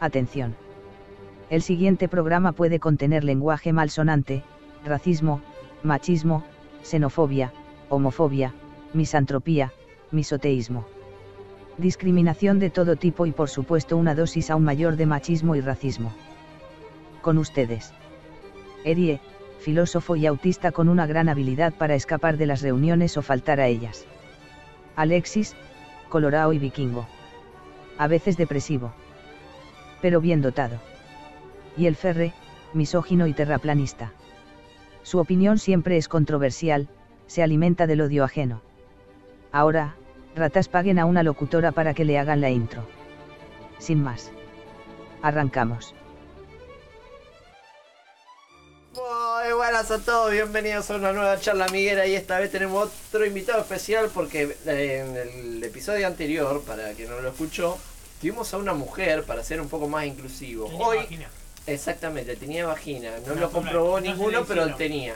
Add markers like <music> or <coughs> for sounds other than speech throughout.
Atención. El siguiente programa puede contener lenguaje malsonante, racismo, machismo, xenofobia, homofobia, misantropía, misoteísmo. Discriminación de todo tipo y por supuesto una dosis aún mayor de machismo y racismo. Con ustedes. Erie, filósofo y autista con una gran habilidad para escapar de las reuniones o faltar a ellas. Alexis, colorado y vikingo. A veces depresivo. Pero bien dotado. Y el Ferre, misógino y terraplanista. Su opinión siempre es controversial, se alimenta del odio ajeno. Ahora, ratas paguen a una locutora para que le hagan la intro. Sin más. Arrancamos. Muy buenas a todos, bienvenidos a una nueva charla amiguera y esta vez tenemos otro invitado especial porque eh, en el episodio anterior, para que no lo escuchó, tuvimos a una mujer para ser un poco más inclusivo. Tenía Hoy, vagina. exactamente, tenía vagina, no No, lo no, comprobó no se le ninguno, pero hicieron. <laughs> tenía.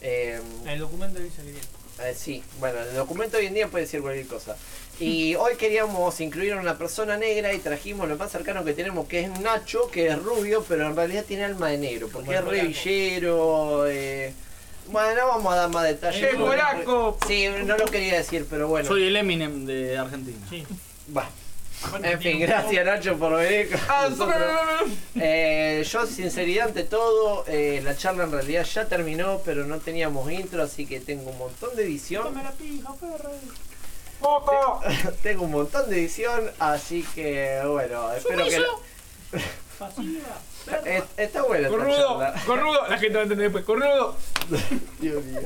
Eh, El documento dice que tiene. Eh, sí, bueno, el documento hoy en día puede decir cualquier cosa. <laughs> Y hoy queríamos incluir a una persona negra y trajimos lo más cercano que tenemos, que es Nacho, que es rubio, pero en realidad tiene alma de negro, porque Como es el polaco. revillero. eh, Bueno, no vamos a dar más detalles. ¡El eh, polaco! Sí, no lo quería decir, pero bueno. Soy el Eminem de Argentina. Sí. Va. Bueno, En fin, tiene un- gracias Nacho por venir con Ah, nosotros. no, no, no. Eh, yo, sinceridad ante todo, eh, la charla en realidad ya terminó, pero no teníamos intro, así que tengo un montón de edición. Toma la pija, perra. ¡Poco! Tengo un montón de edición, así que bueno, espero que. la- <laughs> Pasiva. Es- está buena esta Corrudo, charla. corrudo, la gente va a entender después. Corrudo. Dios mío.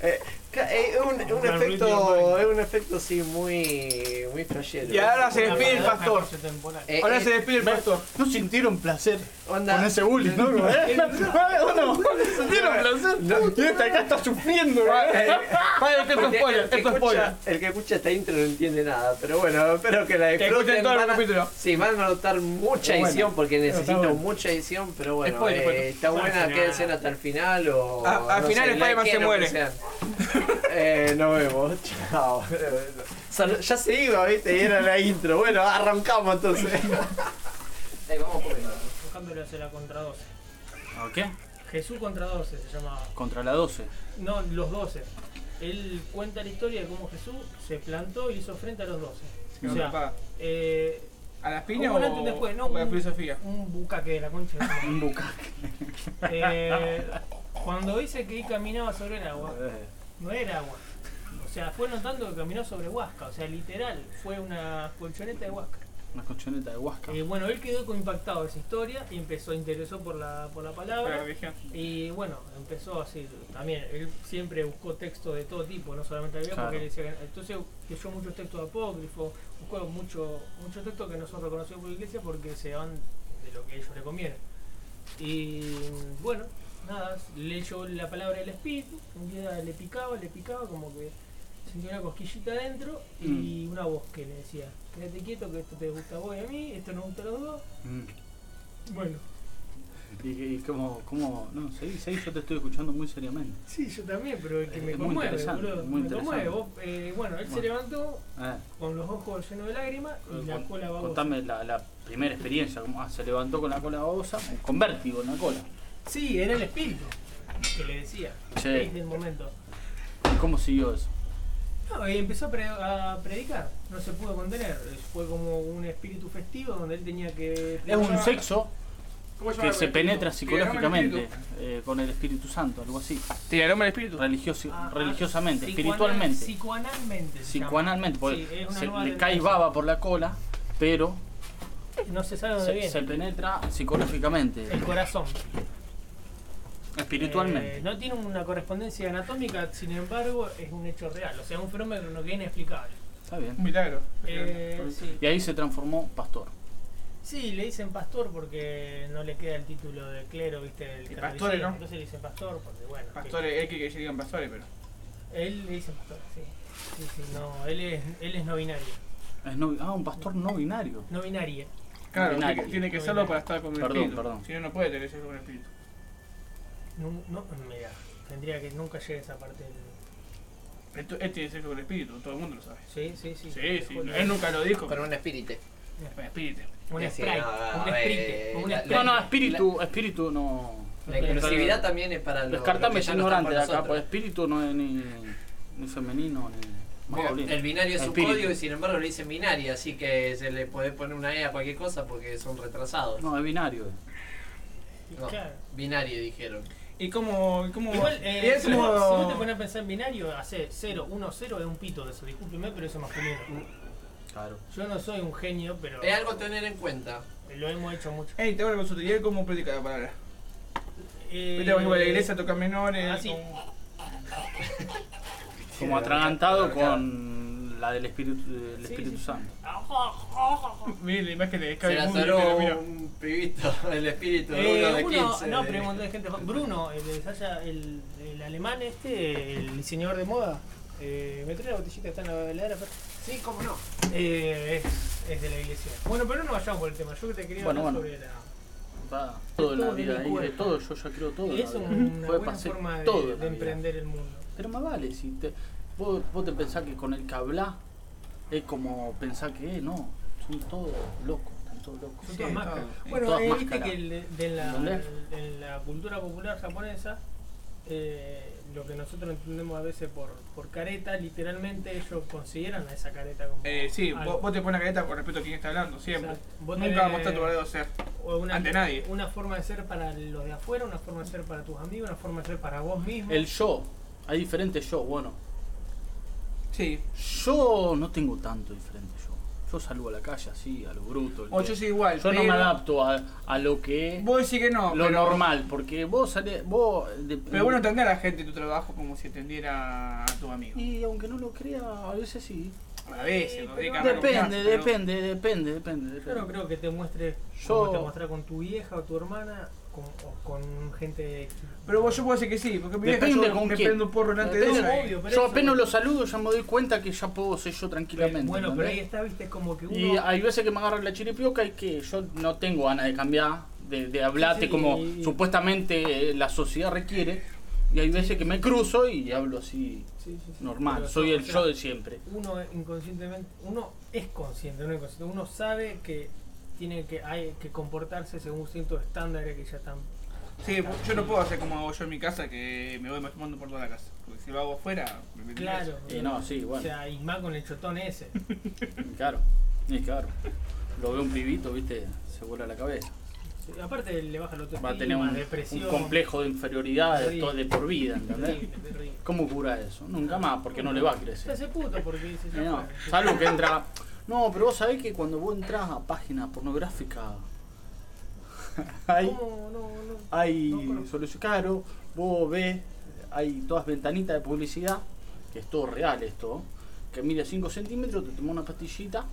Eh, ca- eh, es un, es un Una efecto, reunión. es un efecto sí muy, muy flashero. Y ahora se Una despide el paradoja pastor. sociotemporal. Eh, Ahora eh, se despide el pastor. No sintieron placer Onda. con ese bullying, ¿no? <laughs> <laughs> Como, ¿eh? ¿O no? ¿Sintieron placer? Y este acá está sufriendo, ¿eh? Padre, esto es el- spoiler, el que esto es spoiler. escucha- El que escucha esta intro no entiende nada, pero bueno, espero que la disfruten. escuchen todo el Van a- capítulo. Sí, van a notar mucha Bueno, edición porque necesito bueno. mucha edición, pero bueno, Spoiler, eh, bueno. está buena, Bueno, quédense nada. hasta el final o. A- al final sé, Spider-Man se likeen o que muere. sean. eh, nos vemos, chao. <laughs> Sal- Ya se iba, viste, y era la intro. Bueno, arrancamos entonces. Eh, vamos por eso. Buscándolo será contra 12. ¿O qué? Jesús contra 12 se llamaba. Contra la 12. No, los 12. Él cuenta la historia de cómo Jesús se plantó y hizo frente a los 12. O sea, Pa- eh, ¿A las piñas un o antes y un después, no, o la un- filosofía? un bucaque de la concha. de su madre. Un bucaque. Eh, cuando dice que él caminaba sobre el agua, no era agua. O sea, fue notando que caminó sobre Huasca. O sea, literal, fue una colchoneta de Huasca. Una colchoneta de Huasca. Eh, bueno, él quedó como impactado de esa historia y empezó, interesó por la, por la Para la palabra. religión. Y bueno, empezó así. También, él siempre buscó textos de todo tipo, no solamente la Biblia, Claro. porque él decía que- Entonces, leyó muchos textos apócrifos, buscó mucho- muchos textos que no son reconocidos por la iglesia porque se van de lo que a ellos le conviene. Y bueno, nada, leyó la palabra del Espíritu, un día le picaba, le picaba, como que sintió una cosquillita adentro y una voz que le decía, quédate quieto que esto te gusta a vos y a mí, esto nos gusta a los dos. Mm. Bueno, Y, y como, como, no, seguí, seguí, yo te estoy escuchando muy seriamente. sí, yo también, pero es que me Es muy conmueve, interesante, boludo, muy me conmueve. interesante. Vos, eh, bueno, él se Bueno. levantó A ver, con los ojos llenos de lágrimas y la con- cola babosa. contame la, la primera experiencia, como ah, se levantó con la cola babosa, con vértigo en la cola. Sí, era el Espíritu que le decía, Sí. desde el momento. ¿Y cómo siguió eso? No, y empezó a, pre- a predicar, no se pudo contener. Fue como un espíritu festivo donde él tenía que. Es un sexo ¿Cómo que se el penetra espíritu? ¿Tiene nombre el psicológicamente eh, con el Espíritu Santo, algo así. espíritu? ¿Tiene nombre el espíritu? Religioso- Ah, ah, religiosamente, psicoanal- espiritualmente. Psicoanalmente. se psicoanalmente, llama. porque Sí, es una se- nueva le cae tendencia. baba por la cola, pero No se sabe dónde se, se viene. penetra psicológicamente, El corazón. espiritualmente. Eh, no tiene una correspondencia anatómica, sin embargo, es un hecho real. O sea, un fenómeno que es inexplicable. Está bien. Un milagro. Eh, sí. Y ahí se transformó pastor. Sí, le dicen pastor porque no le queda el título de clero, viste, el Y catolicismo. pastores, ¿no? Entonces le dicen pastor porque, bueno. que- Pastores, es que, que ellos digan pastores, pero. Él le dicen pastor, sí. Sí, sí, no, él es, él es no binario. Es no- ah, un pastor no binario. No binaria. Claro, tiene que, Binario. tiene que serlo para estar con el Perdón, espíritu. perdón. Si no, no puede tener sexo con el espíritu. No, no, mira, tendría que nunca llegue a esa parte del... Esto, este es sexo con el espíritu, todo el mundo lo sabe. Sí, sí, sí. Sí, sí, Te juro. él nunca lo dijo. Con un espíritu. Bueno, espíritu. Un Sí, sprite, no, no, un a ver, sprite, un la- sprite. la- No, no, espíritu, espíritu no. La inclusividad también es para los. los Descartame que es ya no están ignorante con de acá, nosotros. pues espíritu no es ni, ni femenino ni Mira, masculino. el binario es un Espíritu. código y sin embargo lo dicen binaria, así que se le puede poner una E a cualquier cosa porque son retrasados. No, es binario. No, Claro. binario dijeron. ¿Y cómo.? y cómo Igual, eh, y es si vos si vos te como. pones a pensar en binario, hace 0, 1, 0 es un pito de eso, discúlpeme, pero eso es masculino. Claro. Yo no soy un genio, pero Mm. Es algo a tener en cuenta. lo hemos hecho mucho. Ey, te voy a consultar. ¿Y él cómo predica la palabra? Eh, Viste, vos ibas a la iglesia, toca <laughs> menores. así. con- Como atragantado con la del Espíritu, del Sí, Espíritu sí. Santo. Mirá la imagen de Se Sky la Moon, atoró pero mira. un pibito, <laughs> el espíritu de uno Eh, de uno, 15. no, de- pero hay un montón de gente. Bruno, el, de Sasha, el, el alemán este, el diseñador de moda. Eh, ¿Me trae la botellita que está en la heladera? Fer? Sí, cómo no. Eh, es, es de la iglesia. Bueno, pero no vayamos por el tema. Yo que te quería Bueno, hablar bueno. sobre la. Va. Todo en la Todo en vida, el eh, de cuerpo. todo, yo ya creo todo. en Y la es vida. una Puede buena pasar forma de, todo en de la vida. emprender el mundo. Pero más vale, si te, vos, vos te pensás que con el que hablás es como pensar que es, no. Son todos locos, están todos locos. Son Sí, todas máscaras. todo. Bueno, Todas eh, viste máscaras. que el de, de la, ¿Entendés? en la cultura popular japonesa, eh, lo que nosotros entendemos a veces por, por careta, literalmente ellos consideran a esa careta como. Eh, sí, algo. vos, vos te pones la careta con respeto a quién está hablando, siempre. Ah. Exacto. Vos Nunca tenés- mostrás tu verdadero ser. O una, ante nadie. Una forma de ser para los de afuera, una forma de ser para tus amigos, una forma de ser para vos mismo. El yo, hay diferentes yo, bueno. Sí. Yo no tengo tanto diferente yo. Yo salgo a la calle así, a lo bruto. el O que- yo soy igual. Yo no me pero- adapto a, a lo que es Vos decís que no. lo pero- normal, porque vos salés, vos... de- Pero bueno, entender a la gente tu trabajo como si atendiera a tu amigo. Y aunque no lo crea, a veces sí. A veces, no tiene que agarrar Depende, confianza, pero- depende, depende, depende, Yo no depende. creo que te muestres Yo- como te mostrás con tu vieja o tu hermana con- o con gente. Pero vos, yo puedo decir que sí, porque mi vieja Depende yo con me quién. prendo un porro delante de Depende- ella. y- obvio, pero Yo eso- apenas lo saludo, ya me doy cuenta que ya puedo ser yo tranquilamente. bueno, pero ahí ¿entendés? está, viste, es como que uno. Y hay veces que me agarra la chiripioca y que yo no tengo ganas de cambiar, de, de hablarte Sí, sí, como y- supuestamente eh, la sociedad requiere. Y hay veces que me cruzo y hablo así Sí, sí, sí. normal. Pero Soy no, el o sea, yo de siempre. Uno inconscientemente, uno es consciente, no inconsciente, uno sabe que tiene que, hay que comportarse según ciertos estándares que ya están. Sí, yo no puedo hacer como hago yo en mi casa, que me voy masticando por toda la casa. Porque si lo hago afuera, me metí Claro. Eh, no, sí, O bueno. sea, y más con el chotón <laughs> ese. Claro, es claro. Lo veo un pibito, viste, se vuela la cabeza. Sí, Aparte le baja el otro Va a tener un, depresión. un complejo de inferioridad de, Sí. todo de por vida, ¿entendés? Terrible, terrible. ¿Cómo cura eso? Nunca más, porque no le va a Se crecer. hace puto porque dice. Eh, ya No, fue. salvo que entra. No, pero vos sabés que cuando vos entras a páginas pornográficas <laughs> hay, ¿Cómo? No, no. No hay conozco. solución caro, vos ves, hay todas ventanitas de publicidad, que es todo real esto, que mide 5 centímetros, te tomas una pastillita,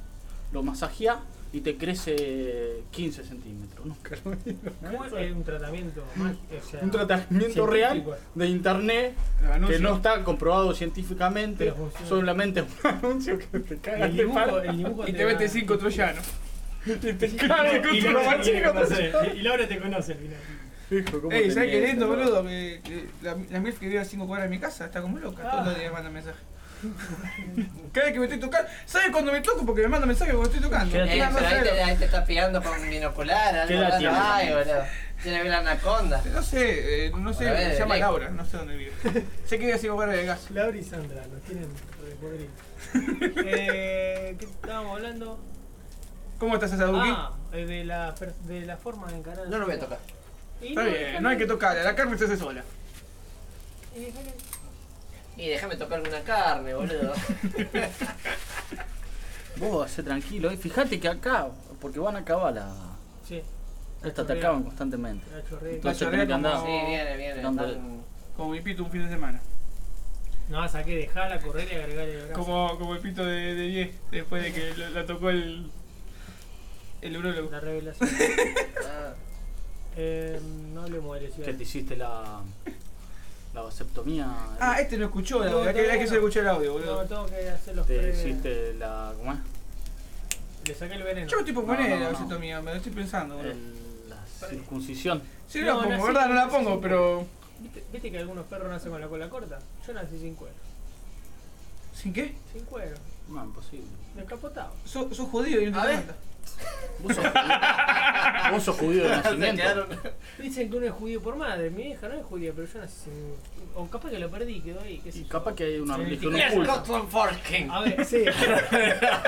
lo masajeás y te crece 15 centímetros. Nunca lo vi. ¿Cómo es un <laughs> tratamiento? mágico? O sea, Un tratamiento científico. real de internet Los que anuncios. no está comprobado científicamente, Pero funciona. solamente es un <laughs> anuncio que te Y cagas El de dibujo, palo. el dibujo Y te da- metes <laughs> cinco troyanos. <laughs> Y te cagas con Y tu Laura- y machino. Laura te conoce, Y Laura te conoce al final. Hijo, ¿cómo Ey, te ¿sabes qué miento, lindo, no? boludo? Que, que la, la MILF que vive a cinco cuadras de mi casa está como loca. Todos Ah. los días me <laughs> manda mensajes. Cada vez que me estoy tocando, ¿sabes cuando me toco? Porque me manda mensajes cuando estoy tocando. ¿Qué edad Me Eh, tiene? manda pero ahí te, mensajes. ahí te estás pegando con un binocular, algo. ¿Qué edad ¿no? tiene? Ay, boludo. Tiene que ver la anaconda. No sé, eh, no sé, Bueno, a ver, se llama Blake. eh. Laura, no sé dónde vive. sé que vive a cinco cuadras de gas. Laura y Sandra, nos tienen repodridos. <laughs> eh, ¿Qué estábamos hablando? ¿Cómo estás, Asaduki? Ah, eh, de la, per- de la forma de encarar. No lo voy a tocar. Y Está bien, no hay que tocarla, la carne se hace sola. y déjale- Y déjame tocar alguna carne, boludo. Vos, hacé tranquilo, eh. fijate que acá, porque van a acabar la. Sí, Estas te acaban constantemente. la chorré. La Entonces chorrea tenés que andar. como- Sí, viene, viene. Dándole. están- Como mi pito un fin de semana. No, saqué, dejala, correr y agregarle el brazo. Como, como el pito de, de 10, después de que lo- la tocó el. el urólogo. La <laughs> revelación. <laughs> ah. eh, no le muere, Que te hiciste la. la vasectomía. eh, Ah, este no escuchó, la No, verdad, que, hay que no. se escuchó el audio, No, boludo. tengo que hacer los te pre- hiciste la. ¿Cómo es? Le saqué el veneno. Yo me estoy por poner No, no, la no. vasectomía, me lo estoy pensando, boludo. El- la circuncisión. Sí, No, la pongo, nací- ¿verdad? No la nací pongo, sin pero. ¿Viste, viste que algunos perros nacen con la cola corta? Yo nací sin cuero. ¿Sin qué? Sin cuero. No, Ah, imposible. Descapotado. Sos sos jodido y no A te ver. das cuenta. Vos sos, vos sos judío <laughs> <laughs> de Se nacimiento. quedaron- Dicen que uno es judío por madre, mi hija no es judía, pero yo nací sin... O capaz que lo perdí, quedó ahí, qué sé Y yo. capaz que hay una Sí, <laughs> religión sí. oculta. Cotton Forking. <laughs> A <laughs> ver, <laughs> sí. A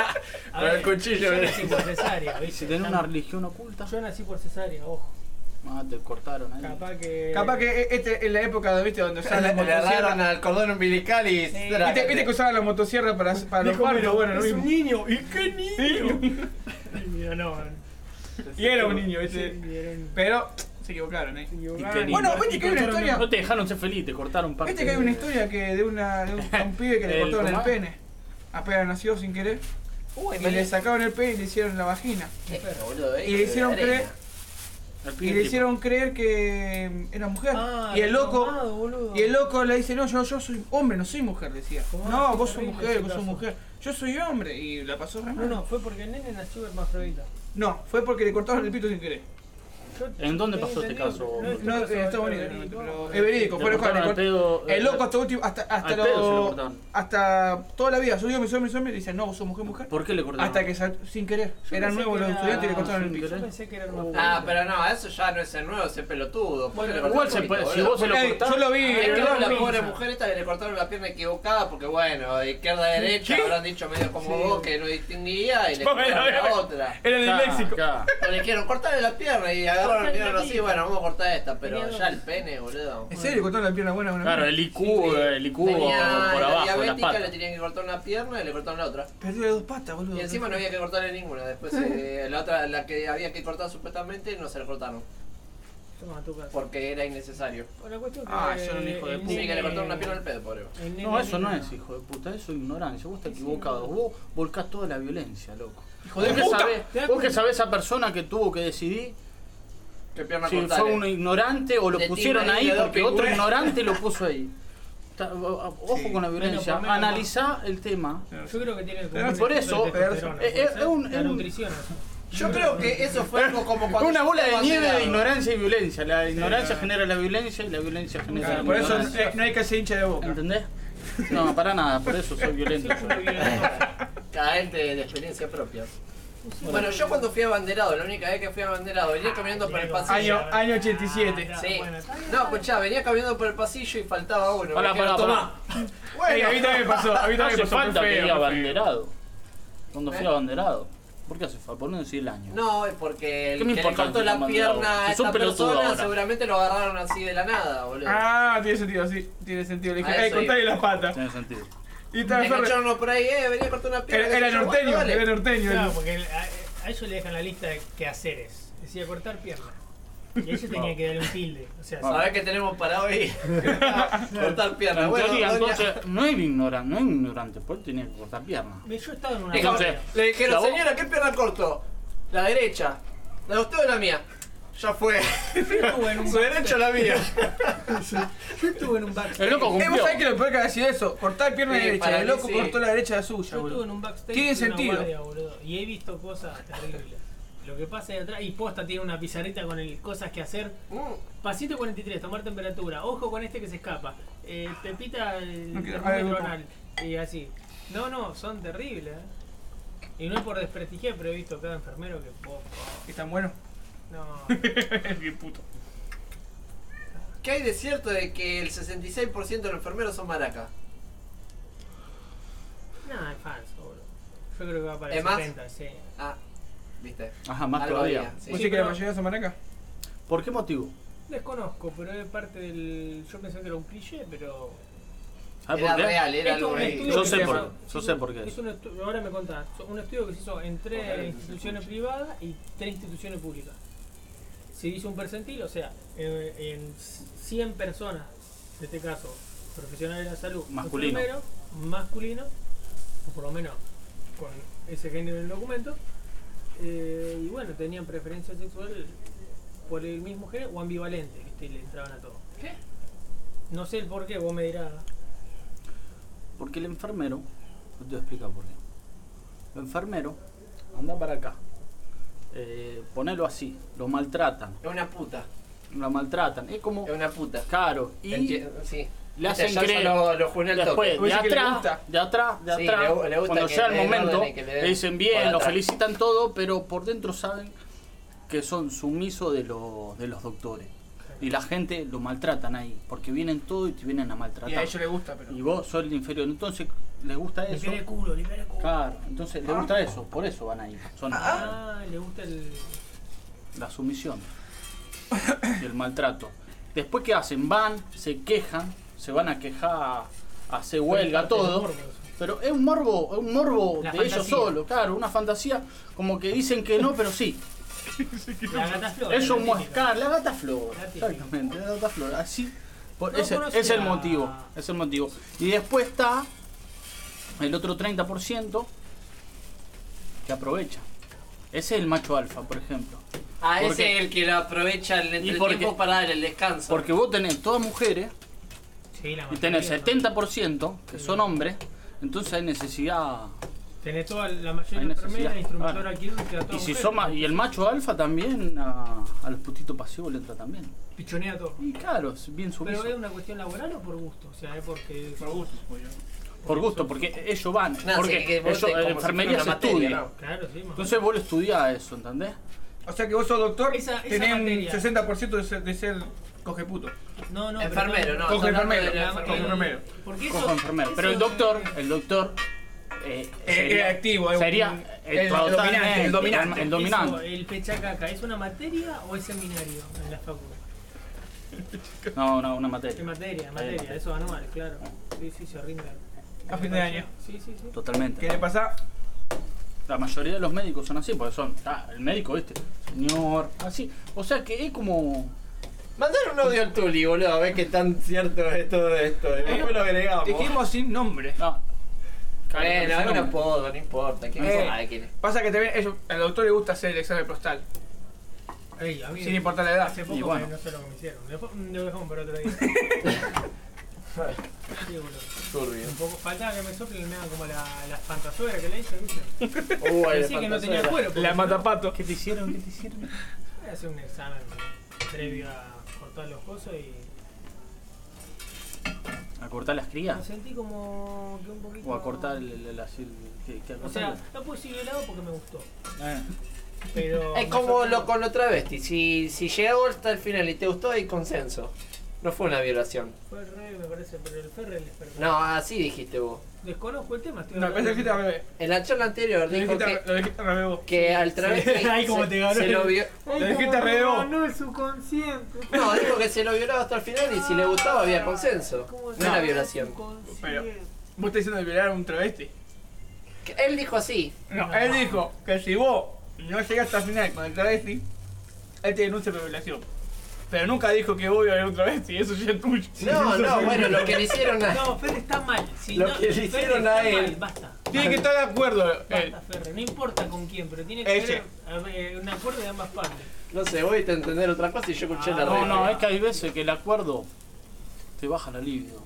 Con el cuchillo, Yo ¿eh? nací por cesárea, Y ¿viste? Si tenés una religión oculta, Yo nací por cesárea, ojo. ah, te cortaron ahí. Capaz que... Capaz que e- este es la época de, ¿viste? <laughs> donde usaban Le las motosierras. agarraron al cordón umbilical y. Sí. ¿Viste, viste que usaban las motosierras para, para los Dijo, partos? pero Bueno, lo es un mismo. niño. ¿Y qué niño? <laughs> Y mira, no, man. Y era un niño, ¿viste? Sí, era un- Pero se equivocaron, ¿eh? Y qué lindo. Bueno, viste que hay una historia. No te dejaron ser feliz, te cortaron parte. Viste que hay una historia que de, una, de un, a un pibe que le <laughs> El cortaron el tomate. pene. Apenas nació sin querer. Uy, Y le sacaron el pene y le hicieron la vagina. Y le le hicieron creer, El pibe y le tipo, hicieron creer que era mujer. Ah, y el loco. tomado, boludo. Y el loco le dice, no, yo, yo soy hombre, no soy mujer, decía. ¿Cómo? No, Qué vos sos terrible mujer, ese vos sos caso. mujer. Yo soy hombre. Y la pasó re No, mal. no, fue porque el nene nació hermafrodita. No, fue porque le cortaron el pito sin querer. Yo- ¿En dónde tenía pasó este entendido caso? que- No, este en caso Estados era Unidos, verídico. pero es verídico. Le Fue cortaron le al cort- pedo, eh, El loco hasta último, hasta, hasta al pedo se lo lo- cortaron. hasta toda la vida, soy hombre, soy hombre, soy hombre, y dicen, no, vos sos mujer, mujer. ¿Por qué le cortaron? Hasta que sal- sin querer, Yo eran pensé nuevos que los era- estudiantes y le cortaron el sin piso. querer. Yo pensé que era Ah, hermafrodita. pero no, eso ya no es el nuevo, ese pelotudo. ¿Por qué le Igual cortaron se el puede, pito, si boludo? vos se lo Ey, cortás. yo lo vi, Es yo que lo la vi. pobre mujer esta que le cortaron la pierna equivocada porque bueno, de izquierda a derecha habrán dicho medio como vos que no distinguía y le cortaron la otra. Era Acá, disléxico. acá. Pero le dijeron cortarle la pierna y agarraron la pierna así, bueno, vamos a cortar esta, pero Tenía ya dos. el pene, boludo. ¿En serio? ¿Cortaron la pierna buena a una Claro, mina? el IQ, Sí. el IQ Tenía por la abajo, las diabética, le patas. tenían que cortar una pierna y le cortaron la otra. Perdió las dos patas, boludo. Y encima no había que cortarle ninguna, <laughs> después eh, la otra, la que había que cortar supuestamente, no se la cortaron, Toma tu casa. porque era innecesario. Bueno, la cuestión que Ah, yo era un hijo de el puta. Sí, que le nene- cortaron una pierna al pedo, pobre. el nene No, eso no nena. es, hijo de puta, eso es ignorancia. Vos estás equivocado. Vos volcás toda la violencia, loco. de vos, que puta. sabés- ¿Te das vos que cuenta? sabés esa persona que tuvo que decidir ¿Qué pierna si cortarle? fue un ignorante o lo De pusieron tigre, ahí de porque doping, otro güey. ignorante lo puso ahí. Ta- Ojo Sí. con la violencia. Bueno, por menos Analizá el tema. Yo creo que tiene Pero como por eso, es- es- es un- la es un- nutrición. Yo creo que eso fue algo como cuando. Una yo bola de estaba nieve de cegado. ignorancia y violencia. La ignorancia claro. genera la violencia y la violencia genera Claro, la por eso ignorancia. eh, no hay que ser hincha de boca. ¿Entendés? No, para nada, por eso soy <laughs> violento. yo. Cada vez de, de experiencia propia. Bueno, yo cuando fui abanderado, la única vez que fui abanderado, venía caminando por el Año, pasillo. Ah, año 87. Sí. No, escuchá, venía caminando por el pasillo y faltaba uno. Pará, Me dijeron, pará, "Tomá". Ey, a mí también me pasó, a mí también Hace me pasó. falta fue que feo, fue diga feo. abanderado. Cuando fui ¿Eh? abanderado. ¿Por qué hace falta? Por no decir el año. No, es porque el ¿Qué me que le importa cortó si la llaman pierna bravo? a Si son esta pelotudos persona, ahora. seguramente lo agarraron así de la nada, boludo. Ah, tiene sentido, sí, tiene sentido. Le A dije, ey, eso cortale iba. las patas. Tiene sentido. Y Me tal vez. engancharon por ahí, eh, venía a cortar una pierna. Era era Yo, norteño, bueno, dale. era norteño. Eh, Claro, el- porque el- a, a ellos le dejan la lista de quehaceres. Decía cortar pierna. Y ellos tenían que darle un tilde. O sea, Vamos. Sabés que tenemos para <laughs> hoy. cortar pierna. En Bueno, teoría, doña- entonces, no es ignorante, no es ignorante, porque tenía que cortar piernas. me- yo estaba en una. Dijo, Entonces, le ¿la dijeron, vos? señora, ¿qué pierna corto? La derecha. ¿La de usted o la mía? Ya fue. estuve en un Su derecha o la mía. Yo estuve en un backstage. El loco Eh, vos cumplió. sabés que lo peor que ha sido eso, cortar pierna Sí, derecha, para el mí loco sí. cortó la derecha de suya, Yo estuve en Ah, boludo. un backstage. Tiene de una sentido. guardia, boludo, y he visto cosas terribles. Lo que pasa de atrás. Y posta tiene una pizarrita con el, cosas que hacer. Mm. Pasito 43, tomar temperatura. Ojo con este que se escapa. Eh, pepita el No quiero- termómetro ay, anal. Y así. No, no, son terribles. eh. Y no es por desprestigiar, pero he visto cada enfermero que. po- po- ¿Es tan bueno? no. <laughs> Bien puto. ¿Qué hay de cierto de que el 66% de los enfermeros son maracas? Nada, es falso, boludo. Yo creo que va para ¿Es el más? 70, sí. Ah, viste. Ajá, más Algo todavía. había, sí. ¿Vos Sí, decís que la pero- mayoría son maracas? ¿Por qué motivo? Desconozco, pero es parte del. Yo pensé que era un cliché, pero. ¿Sabes era por qué? real, era Esto es algo un ahí. estudio Yo que sé se por- hizo- yo sé por qué es es. un estu- ahora me contás. So- Un estudio que se hizo entre instituciones privadas y tres instituciones públicas. Se hizo un percentil, o sea, eh, en 100 personas, en este caso, profesionales de la salud, Masculino. enfermeros, masculino, o por lo menos con ese género en el documento, eh, y bueno, tenían preferencia sexual por el mismo género o ambivalente, ¿viste? Y le entraban a todo. ¿Qué? No sé el por qué, vos me dirás. Porque el enfermero, yo te voy a explicar por qué. El enfermero, anda para acá. Eh, ponelo así, lo maltratan, Es una puta. lo maltratan. Es como Es una puta. caro. Y Enti- Sí. le Este hacen Johnson creer. lo, lo juré al Después, toque. de Dice que le atrás, gusta. de atrás, de Sí, atrás, le- le gusta cuando que llega el le den momento, orden y que le den le dicen por bien, lo atrás. felicitan todo, pero por dentro saben que son sumisos de los, de los doctores. Y la gente lo maltratan ahí, porque vienen todo y te vienen a maltratar. Y a ellos les gusta, pero. Y vos sos el inferior, entonces les gusta eso. Libere culo, libere culo. Claro, entonces les gusta eso, por eso van ahí. Son Ah, le gusta el. la sumisión y el maltrato. Después que hacen, van, se quejan, se van a quejar, hace huelga, parte del todo. morbo eso. Pero es un morbo, es un morbo La de ellos fantasía. solos, claro, una fantasía como que dicen que no, pero sí. La gata flor. Ellos la muestran típica. la gata flor, La típica. exactamente, la gata flor, así. por- No ese, conocía. es el motivo, es el motivo. Y después está el otro 30% que aprovecha. Ese es el macho alfa, por ejemplo. Ah, ¿Por ese qué? es el que lo aprovecha el porque- entretiempo para dar el descanso. Ah, Porque vos tenés todas mujeres Sí, la y tenés mayoría, 70% que son hombres, entonces hay necesidad. ¿no? Tenés toda la Hay mayoría de necesidad. enfermera, instrumentora Claro. quirúrgica, toda Y si mujer. son ma- y el macho alfa también a, a los putitos pasivos le entra también. Pichonea todo. Y claro, es bien ¿Pero es sumiso. una cuestión laboral o por gusto? O sea, es porque. Por gusto, supongo yo. Por gusto, porque ellos van, No, sí, porque que vos ellos, te- como en si enfermería fuera se una materia, estudia. ¿no? Claro, sí, más Entonces vos lo estudiás eso, ¿entendés? O sea que vos sos doctor, Esa- esa tenés materia. un 60% de ser, de ser cogeputo. No, no, pero Enfermero, no. Coge hablando enfermero, de la coge enfermera. enfermero. Porque eso, Cojo enfermero. eso Pero el doctor, es- el doctor. eh, Eh, sería- eh, activo, eh, un- sería el- el dominante, totalmente, el dominante. el eso, dominante. el pechacaca, ¿es una materia o es seminario en la facultad? No, no, una Es materia. materia, materia, eso anual, claro. Sí, sí, se rinden. A fin de año. Sí, sí, sí. ¿Qué Totalmente. le pasa? La mayoría de los médicos son así, porque son. Ah, el médico, este. Señor. Así. O sea que es como. Mandar un audio al Tuli, boludo, a ver qué tan cierto es todo esto. Y después lo agregamos. Dijimos sin nombre. Ah, Bueno, hago un apodo, no importa. ¿Quién Eh. sabe quién es? Pasa que también ellos- al doctor le gusta hacer el examen prostal, Ey, a mí sin importar la edad. hace poco Y bueno. me- no sé lo que me hicieron. mm, Dejo- Lo dejamos para otro <laughs> día. Sí, boludo. Turbio. Un poco faltaba que me soplen me hagan como la, la fantazuera que le hice, ¿viste? Uh, el Decía que no tenía fantasma. cuero. porque si no- matapato. ¿Qué te hicieron? ¿Qué te hicieron? Voy a hacer un examen previo a cortar los cosas y ¿A cortar las me crías? sentí como que un poquito... ¿O a cortar el. el, el, así, el- que- que O sea, no pude seguir helado porque me gustó, Eh. pero... <laughs> Es me como sorprendió. lo con los travestis. Si, si llegó hasta el final y te gustó, hay consenso. No fue una violación. Fue al revés, me parece, pero el Ferrell es perfecto. No, así dijiste vos. Desconozco el tema, estoy No, pero hablando lo dijiste al de- revés. En la charla anterior Lo dijo dijiste que, al- lo dijiste al revés vos. que al travesti Ahí como se, te ganó se el- lo vio- Ay, Lo dijiste cómo al me revés vos. ganó el subconsciente. No, dijo que se lo violaba hasta el final y si le gustaba había consenso. Cómo se No era ganó el violación. subconsciente. Pero- ¿Vos estás diciendo de violar a un travesti? Que Él dijo así. No, No. él dijo que si vos no llegas hasta el final con el travesti, él te denuncia por violación. Pero nunca dijo que voy a ver un travesti, eso ya es tuyo. <laughs> No, no, bueno, lo que le hicieron a... <laughs> No, Ferre está mal. Si Lo no, que le Ferre hicieron está a él. mal, Basta. Tiene que estar de acuerdo él. Basta, Ferre, no importa con quién, pero tiene que Ese. haber a ver, un acuerdo de ambas partes. No sé, voy a entender otra cosa y yo escuché la No, regla. no, es que hay veces que el acuerdo te baja la libido.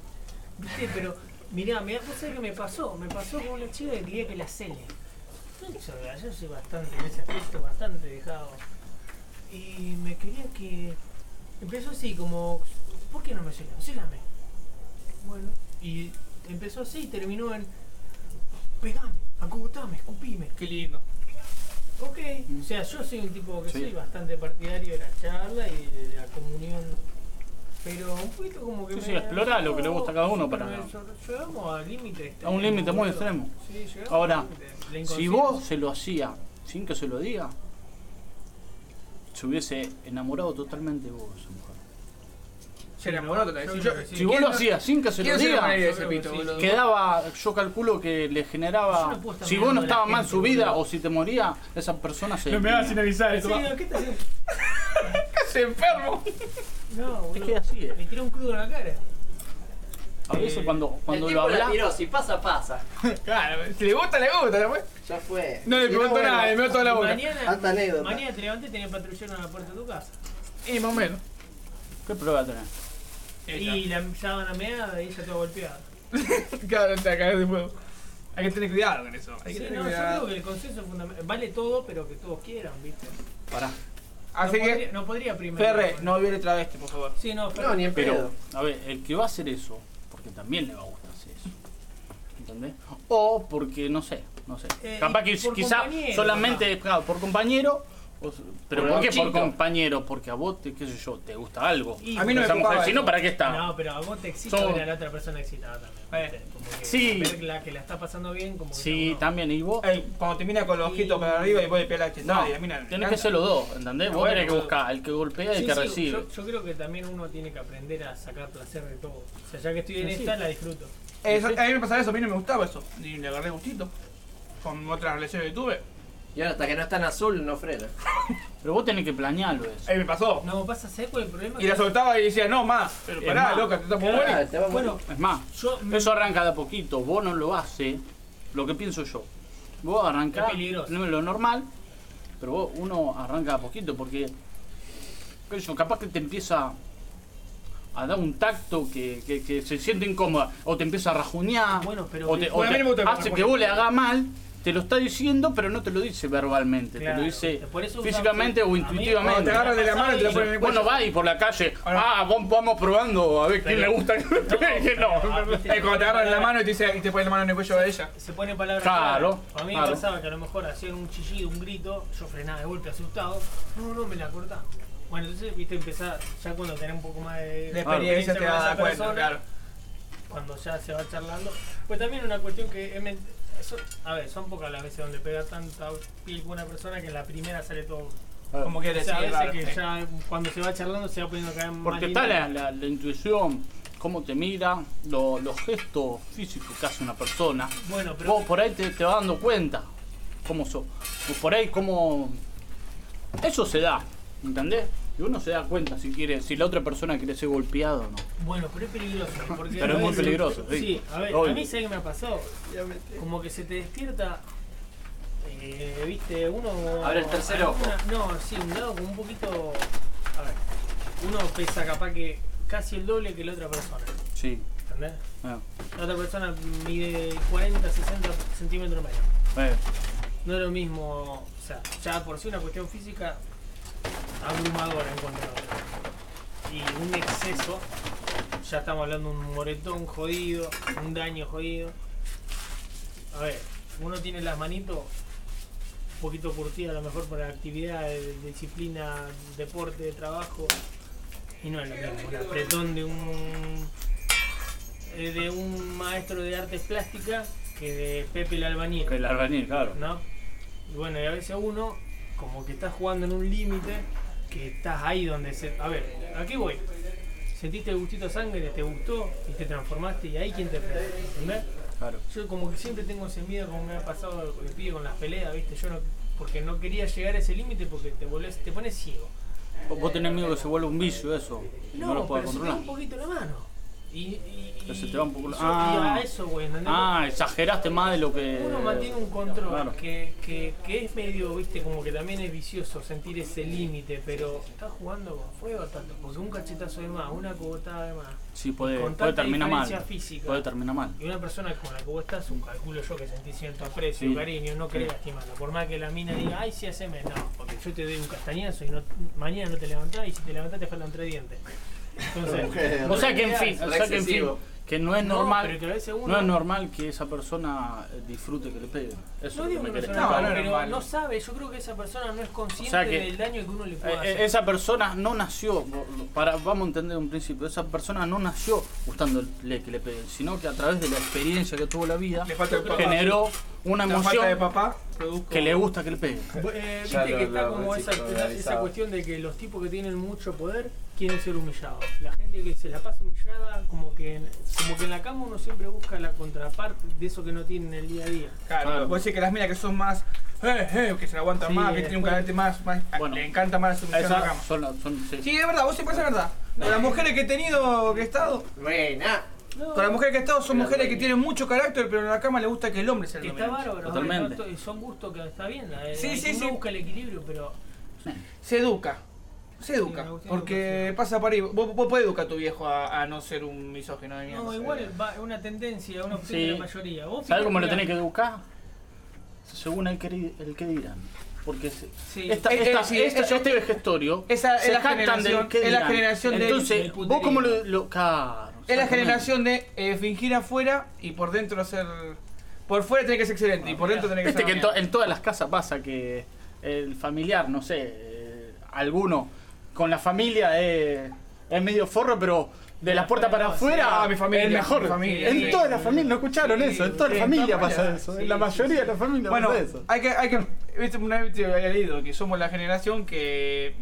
Viste, pero mirá, mirá, vos sabés que me pasó, me pasó con una chica que quería que la cele. Yo, yo soy bastante, en ese aspecto, bastante dejado. Y me quería que... Empezó así, como, ¿por qué no me celan? Célame. Bueno, y empezó así y terminó en, pegame, acogotame, escupime. Qué lindo. Ok, o sea, yo soy un tipo que Sí. soy bastante partidario de la charla y de la comunión, pero un poquito como que. Sí, sí, explorá lo que le gusta a cada uno sí, para- pero ll- Llegamos a límite extremo. A un límite muy boludo. extremo. Sí, llegamos Ahora, a un límite. La Si inconsciencia- vos se lo hacía sin que se lo diga, se hubiese enamorado totalmente vos, de esa mujer. Se enamoró otra vez. Yo Si creo yo- que sí. si Si vos quién lo no- hacías sin que se ¿Quién lo se diga, enamoraría de ese Yo creo que pito, sí. boludo? quedaba, yo calculo que le Yo generaba, no puedo estar si vos mirando no a la estaba mal gente, su vida boludo. o si te moría, esa persona se... No me hagas sin deprimía. avisar Sí, esto. no, ¿qué te haces? ¡Casi <laughs> enfermo! No, Es boludo. que así es. Me tiró un crudo en la cara. A veces cuando, cuando el lo tipo la hablas... tiró, si pasa, pasa. Claro, si le gusta, le gusta. después. Ya fue. No le Si pregunto bueno, nada, le meto toda la Y boca. Alta Mañana, anécdota. mañana te levanté y tenés patrullero en la puerta de tu casa. Y más o menos. ¿Qué prueba tenés? Y la llaman a meada y ella toda golpeada. <laughs> Claro, te acabas de fuego. Hay que tener cuidado con eso. Hay Sí, que tener no, yo creo cuidado. que el consenso es fundamental. Vale todo, pero que todos quieran, ¿viste? Pará. Así no podría, que, no podría primero. Ferre, no viole travesti, por favor. Sí, no, Ferre. No, ni en Pero, pedo. a ver, el que va a hacer eso, que también le va a gustarse eso. ¿Entendés? O porque, no sé, no sé. Eh, Capaz y que por quizá compañero, solamente claro, por compañero. o s- pero Por ¿por qué por gauchito. compañero? Porque a vos, te, qué sé yo, te gusta algo. Y- A mí no me Esa mujer, copaba si eso. no, ¿para qué está? No, pero a vos te excita Son- ver a la otra persona excitada también. Eh. ¿viste? Como que Sí. ver la que la está pasando bien, como que sí, no, Eh, no. también, y vos. Ey, cuando te mira con los ojitos para arriba y vos de pelar la No, chetada y a mí no me tenés encanta. que ser los dos, ¿entendés? No, vos bueno, tenés que bueno. buscar el que golpea y el Sí, que sí, recibe. Yo, yo creo que también uno tiene que aprender a sacar placer de todo. O sea, ya que estoy en Sí, sí. esta, la disfruto. Eso- a mí me pasaba eso, a mí no me gustaba eso. Y le agarré gustito. Con otras relaciones que tuve. Y ahora hasta que no está en azul no frena. Pero vos tenés que planearlo eso. Eh, Ahí me pasó. No, pasa seco el problema. Y la soltaba y decía, no, más. Pero Es pará, más. loca, te estás muy Ah, bueno. te va a morir. Bueno, Es más, yo me- eso arranca de a poquito. Vos no lo haces, lo que pienso yo. Vos arrancás Es peligroso. lo normal, pero vos, uno arranca de a poquito porque. qué sé yo, capaz que te empieza a dar un tacto que, que- que se siente incómoda. O te empieza a rajuñar. Bueno, pero o que- te, o Bueno, a te mí no me gusta que me hace que rajuñen. vos le hagas mal. Te lo está diciendo, pero no te lo dice verbalmente. te Claro, lo dice por eso usa- físicamente o a mí- intuitivamente. Cuando te agarran de la mano y te la ponen en el Vos cuello. no vas y por la calle, Ahora- ah, vamos, vamos probando a ver quién Pero- le gusta. No, <laughs> que no. pero, ah, viste, Ey, cuando te agarran la mano y te, dice, y te ponen la mano en el cuello de ella. se pone palabras Claro, clave. A mí claro. me pasaba que a lo mejor hacía un chillido, un grito, yo frenaba de golpe asustado. No, no, me la cortaba. Bueno, entonces, viste, empezar ya cuando tenés un poco más de, La experiencia te con va a esa dar cuenta, persona, claro. Cuando ya se va charlando. Pues también una cuestión que... es men- eso- a ver, son pocas las veces donde pega tanta piel con una persona que en la primera sale todo... Como que O sea, a decía, veces claro. que sí. ya cuando se va charlando se va poniendo cada vez más Porque linda. está la, la- la intuición, cómo te mira, lo- los gestos físicos que hace una persona. Bueno, pero... Vos por ahí te, te vas dando cuenta cómo sos. Vos por ahí cómo. Eso se da, ¿entendés? Y uno se da cuenta si quiere, si la otra persona quiere ser golpeada o no. Bueno, pero es <laughs> peligroso. Porque Pero es muy peligroso, sí. Sí, a ver, Obvio. a mí sé que me ha pasado. Como que se te despierta. eh, viste, uno. Abre el tercer ojo. una- no, sí, un lado como un poquito. A ver, uno pesa capaz que casi el doble que la otra persona. Sí. ¿Entendés? eh, La otra persona mide 40, 60 centímetros menos. eh. No es lo mismo. O sea, ya por sí una cuestión física abrumadora en cuanto a- Y un exceso. Ya estamos hablando de un moretón jodido, un daño jodido. A ver, uno tiene las manitos un poquito curtidas a lo mejor por actividad, de- de disciplina, deporte, de trabajo. Y no es lo mismo. El apretón de un eh, de un maestro de artes plásticas que de Pepe el albañil. El albañil, claro. ¿no? Y bueno, y a veces uno como que está jugando en un límite que estás ahí donde se... A ver, ¿a qué voy? Sentiste el gustito a sangre, te gustó y te transformaste y ahí quien te frena, ¿entendés? Claro. Yo como que siempre tengo ese miedo como me ha pasado con el pibe con las peleas, ¿viste? Yo no... Porque no quería llegar a ese límite porque te, volvés- te pones ciego. Vos- Vos tenés miedo que se vuelva un vicio eso. y No, lo pero puedas se te va controlar. un poquito la mano. Y, y, Pero se te va un poco la- y yo- y Ah. a eso, güey, ¿entendés? Ah, exageraste más de lo que. Uno mantiene un control Claro. que, que- que es medio, viste, como que también es vicioso sentir ese límite, pero estás jugando con fuego tanto, porque un cachetazo de más, una cogotada de más, Sí, puede, con puede tanta terminar mal. diferencia física. Puede terminar mal. y una persona con la que vos estás, un calculo yo que sentí cierto aprecio, Sí. cariño, no querés Sí. lastimarla, por más que la mina diga, ay, sí, haceme, no, porque yo te doy un castañazo y no, mañana no te levantás, y si te levantás te faltan tres dientes. <laughs> Entonces, O sea que en fin, o sea que en fin, Excesivo. que no es No, normal, pero que a veces no, uno- es normal que esa persona eh, disfrute que le peguen. Eso no es lo digo que que me no querés sea No, contar. normal, no es pero normal. no sabe, yo creo que esa persona no es consciente que- del daño que uno le puede Eh, hacer. eh, esa persona no nació, para, vamos a entender un principio, esa persona no nació gustándole que le peguen, sino que a través de la experiencia que tuvo la vida Le falta el papá. generó una La falta de emoción papá produzco. que le gusta que le peguen. <laughs> Eh, Ya Viste lo que está hablamos, como sí, esa, con esa- analizado. esa cuestión de que los tipos que tienen mucho poder quieren ser humillados. La gente que se la pasa humillada, como que en, como que en la cama uno siempre busca la contraparte de eso que no tiene en el día a día. Claro, Claro. vos decís que las minas que son más. Eh, eh, que se la aguantan Sí, más, que tienen un después- carácter más. más Bueno. le encanta más la sumisión a la Esas cama. son, las- son- sí. Sí, es verdad, vos siempre es verdad. Con las mujeres que he tenido, que he estado, Buena. No, con las mujeres que he estado son Era mujeres que dueño. tienen mucho carácter, pero en la cama le gusta que el hombre sea el que está dominante. bárbaro, Totalmente. ¿no? son gustos que está bien. eh, Sí, sí, uno sí. busca el equilibrio, pero Se educa. Se educa, Sí, Agustín, porque educación. pasa para ahí. Vos, vos podés educar a tu viejo a, a no ser un misógino de mierda. Eh, no, igual va- es una tendencia, una opción Sí. de la mayoría. Vos ¿Sabes cómo lo fíjate, tenés que buscar? Según el que, di- el que dirán. Porque se- Sí. esta- Eh, eh, esta- sí, esta- eso- este vegestorio esa es se la jactan del generación- que es la dirán. generación del- Entonces, del vos puterío. como lo... lo- claro, Es la Exactamente. generación de eh, fingir afuera y por dentro hacer. Por fuera tenés que ser excelente y por dentro tenés que Viste ser. Este que en, una to- en todas las casas pasa que el familiar, no sé, eh, alguno con la familia es, es medio forro, pero de la puerta para afuera Ah, mi familia, es mejor. mi familia, en sí. todas las familias, ¿no escucharon Sí, eso? En toda sí, la en familia todas pasa las- eso. sí, en la sí, mayoría de las familias Bueno, pasa eso. hay que, hay que, viste, una vez te había leído que somos la generación que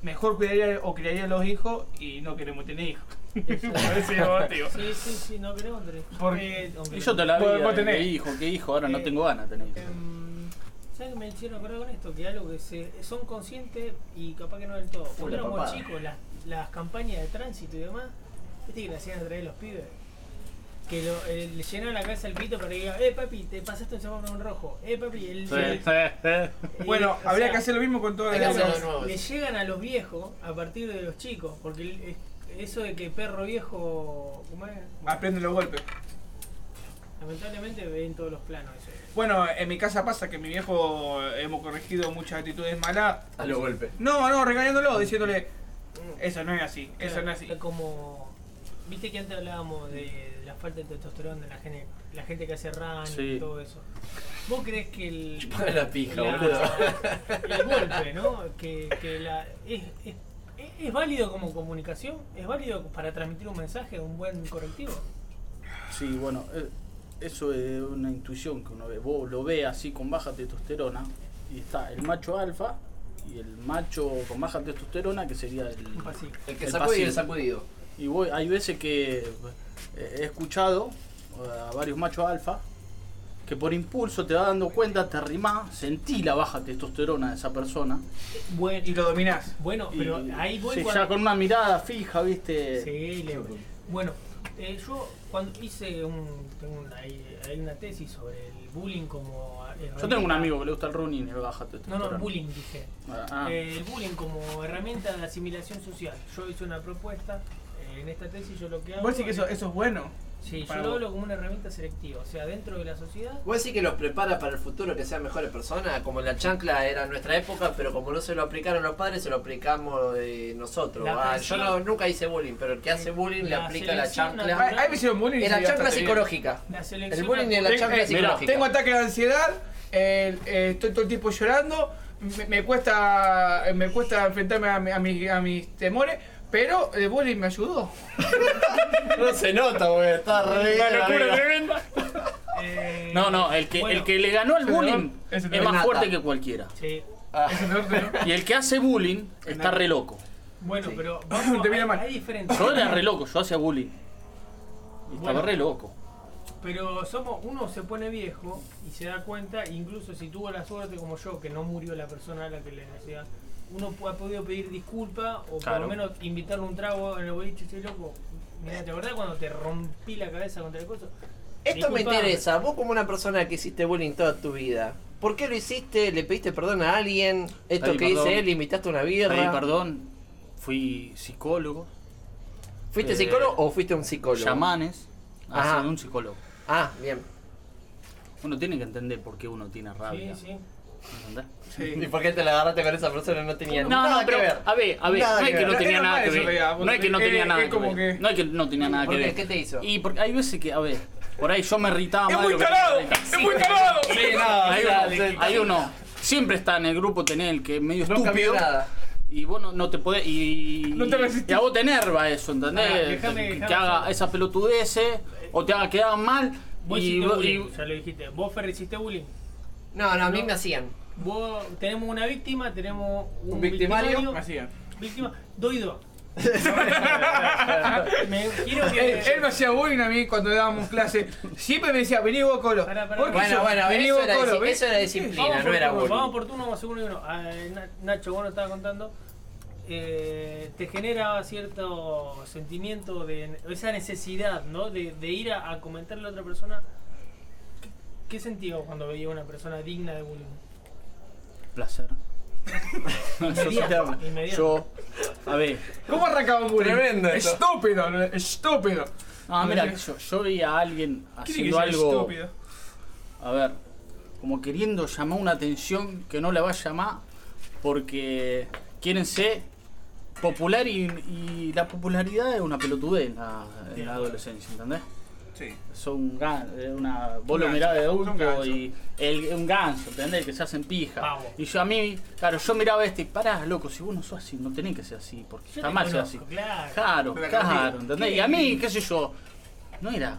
mejor cuidaría o criaría a los hijos y no queremos tener hijos. <laughs> Ese es el motivo. Sí, sí, sí, no queremos tener. Porque- Eh, aunque- Y yo te la vi, Vos- vos eh, tenés. qué hijo, qué hijo, ahora no Eh, tengo ganas de tener hijos. Em, ¿Sabes que me hicieron acordar con esto? Que algo que se, son conscientes y capaz que no del todo. Cuando la éramos papada. chicos, las, las campañas de tránsito y demás, ¿viste que le hacían traer los pibes? Que lo, eh, le llenaban la cabeza al pito para que diga, eh papi, te pasaste un semáforo en rojo, eh papi, el... Sí, el- sí, sí. eh, Bueno, o habría sea, que hacer lo mismo con todas hay que las. hacerlo de nuevo. le llegan a los viejos a partir de los chicos, porque el- es- eso de que perro viejo, ¿cómo es? Aprenden los golpes. lamentablemente ven todos los planos eso. Bueno, en mi casa pasa que mi viejo eh, hemos corregido muchas actitudes malas. A los golpes. No, no, regañándolo, diciéndole, eso no es así, eso Claro, no es así. Es como. Viste que antes hablábamos de la falta de testosterona de la gente, la gente que hace run Sí. y todo eso. ¿Vos crees que <laughs> el. Chupame la pija, la- boludo. <laughs> el golpe, ¿no? Que, que la. Es, es, es- es válido como comunicación? ¿Es válido para transmitir un mensaje, un buen correctivo? Sí, bueno, eh, eso es una intuición que uno ve. Vos lo ve así con baja testosterona y está el macho alfa y el macho con baja testosterona que sería el... Un pasivo. El que El sacude y el pasivo. sacudido. Y voy, hay veces que eh, he escuchado eh, a varios machos alfa que por impulso te vas dando cuenta, te arrimás, sentí la baja testosterona de esa persona. Bueno, Y lo dominás. bueno pero Y- ahí voy sí, cuando- ya con una mirada fija, viste. Sí, le- Bueno, eh, yo cuando hice un. Tengo una, hay, hay una tesis sobre el bullying como. Yo tengo un amigo que le gusta el running y le baja No, testosterona. no, bullying dije. Ah, ah. Eh, el bullying como herramienta de asimilación social. Yo hice una propuesta. eh, en esta tesis yo lo que hago. Vos decís que eso, es- eso es bueno. Sí, yo para lo vos. hablo como una herramienta selectiva. O sea, dentro de la sociedad. ¿Vos decís que los prepara para el futuro que sean mejores personas? Como la chancla era nuestra época, pero como no se lo aplicaron los padres, se lo aplicamos eh, nosotros. La Ah, yo no- nunca hice bullying, pero el que hace bullying le La aplica la selección chancla. natural. Ahí ahí me hicieron bullying. y Es la salí chancla bastante bien. psicológica. La selección. El bullying es la Tengo- chancla eh, mirá, psicológica. Tengo ataques de ansiedad, el- eh, estoy todo el tiempo llorando, me, me cuesta eh, me cuesta enfrentarme a, mi- a mis, a mis temores, pero el bullying me ayudó. <laughs> No se nota, güey. Está re. Una locura tremenda. eh, No, no, el que, bueno, el que le ganó al Ese bullying no, es ese no. más Nata. fuerte que cualquiera. Sí. Ese no- <laughs> no- Y el que hace bullying está re loco. Bueno, Sí. <laughs> pero. Vamos, Te voy a hay, llamar. hay diferentes. <laughs> Yo era re loco, yo hacía bullying. Y estaba Bueno. re loco. Pero somos, uno se pone viejo y se da cuenta, incluso si tuvo la suerte como yo, que no murió la persona a la que le decía, uno pu- ha podido pedir disculpa o por Claro. lo menos invitarle un trago en el boliche, che loco, mira, ¿te acordás cuando te rompí la cabeza contra el coso? Esto me Disculpame. interesa. Vos, como una persona que hiciste bullying toda tu vida, ¿por qué lo hiciste? ¿Le pediste perdón a alguien? Esto Pedí que perdón. dice él, invitaste una Pedí birra. perdón, fui psicólogo, ¿Fuiste Eh, psicólogo o fuiste un psicólogo? chamanes, Ajá. así de un psicólogo. Ah, bien. Uno tiene que entender por qué uno tiene Sí, rabia. <laughs> sí. ¿entendés? ¿Y sí. por qué te la agarraste con esa persona? No tenía No, nada no, pero que ver. a ver, a ver, Nada no es que que no ver. tenía Es nada normal que eso, ver. digamos, No es que no es- tenía es nada que como ver. que- No es que no tenía nada que ¿Por qué? ver. ¿Qué te hizo? Y porque hay veces que, a ver, por ahí yo me irritaba ¡Es más de muy lo que tarado! tenía que irritar. ¡Es muy tarado! Sí, no, Ah, Hay o sea, uno, se- hay uno, Siempre está en el grupo tenés el que es medio No cambió estúpido. nada. Y vos no, no te podés. Y, No te resistís. y a vos te enerva eso, ¿entendés? Pará, dejame- Que- que, dejame haga hacer- esas pelotudeces o te haga quedar mal. Vos y hiciste vos- bullying, y- ya lo dijiste. Vos, Fer, hiciste bullying. No, no, a mí me <laughs> hacían. Vos, tenemos una víctima, tenemos un, Un victimario, Me hacía. Víctima, doy dos. <laughs> Me- quiero que- Él, él me hacía bullying a mí cuando dábamos clase. Siempre me decía, vení vos, Colo. Pará, pará. ¿Por qué Bueno, yo? bueno, Vení eso vos, era Colo, disi- vení. eso era disciplina, Vamos no por era turno, bullying. Vamos por turno, vamos segundo y uno. Ah, Na- Nacho, vos nos estabas contando. eh, te genera cierto sentimiento de esa necesidad, ¿no? De, de ir a, a comentarle a otra persona. ¿Qué, qué sentías vos cuando veía a una persona digna de bullying? Placer. yo, sí te amo. Inmediato. Yo- A ver. ¿Cómo arrancaba un bullying? Tremendo esto. Estúpido, no, estúpido. Ah, mira, ¿Qué que yo, yo vi a alguien tiene que haciendo ser algo. estúpido? A ver. Como queriendo llamar una atención que no la va a llamar porque quieren ser popular y, y la popularidad es una pelotudez en la, en la adolescencia, ¿entendés? Sí. Son un gan- eh, una vos Un lo ganso, mirás de adulto un ganso. y el, un ganso, ¿entendés? Que se hacen pija. Pavo. Y yo a mí, claro, yo miraba este y pará, loco, si vos no sos así, no tenés que ser así, porque Yo está te mal ser así. conozco, claro. Claro, Pero claro, contigo. ¿entendés? Y a mí, qué sé yo, no era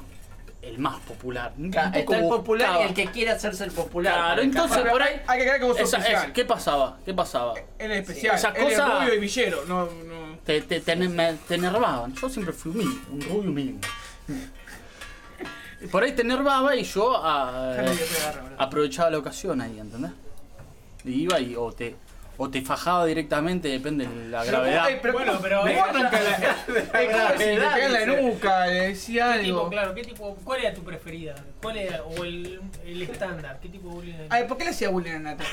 el más popular. ni Ca- tampoco Está el popular y buscaba. el que quiere hacerse el popular. Claro, para entonces escapar. por ahí. Hay que creer que vos sos Esa- esa- especial. ¿Qué pasaba? ¿Qué pasaba? Él es especial. Esas Él es cosas- rubio y villero. No, no. Te, te, te, me- te enervaban. Yo siempre fui humilde, un rubio humilde. <laughs> Por ahí te enervaba y yo ah, Ya no te agarra, boludo. aprovechaba la ocasión ahí, ¿entendés? Y iba y o te, o te fajaba directamente, depende de la gravedad. Ey, pero Bueno, ¿cómo- pero- ¿cómo arranca <laughs> la- Ey, ¿cómo si te gravedad, pega en la dice. nuca, le decía ¿Qué tipo, algo. claro, ¿qué tipo, ¿cuál era tu preferida? ¿Cuál era, o el, el estándar? ¿Qué tipo de bullying era? Ay, ¿por qué le hacía bullying a Nata?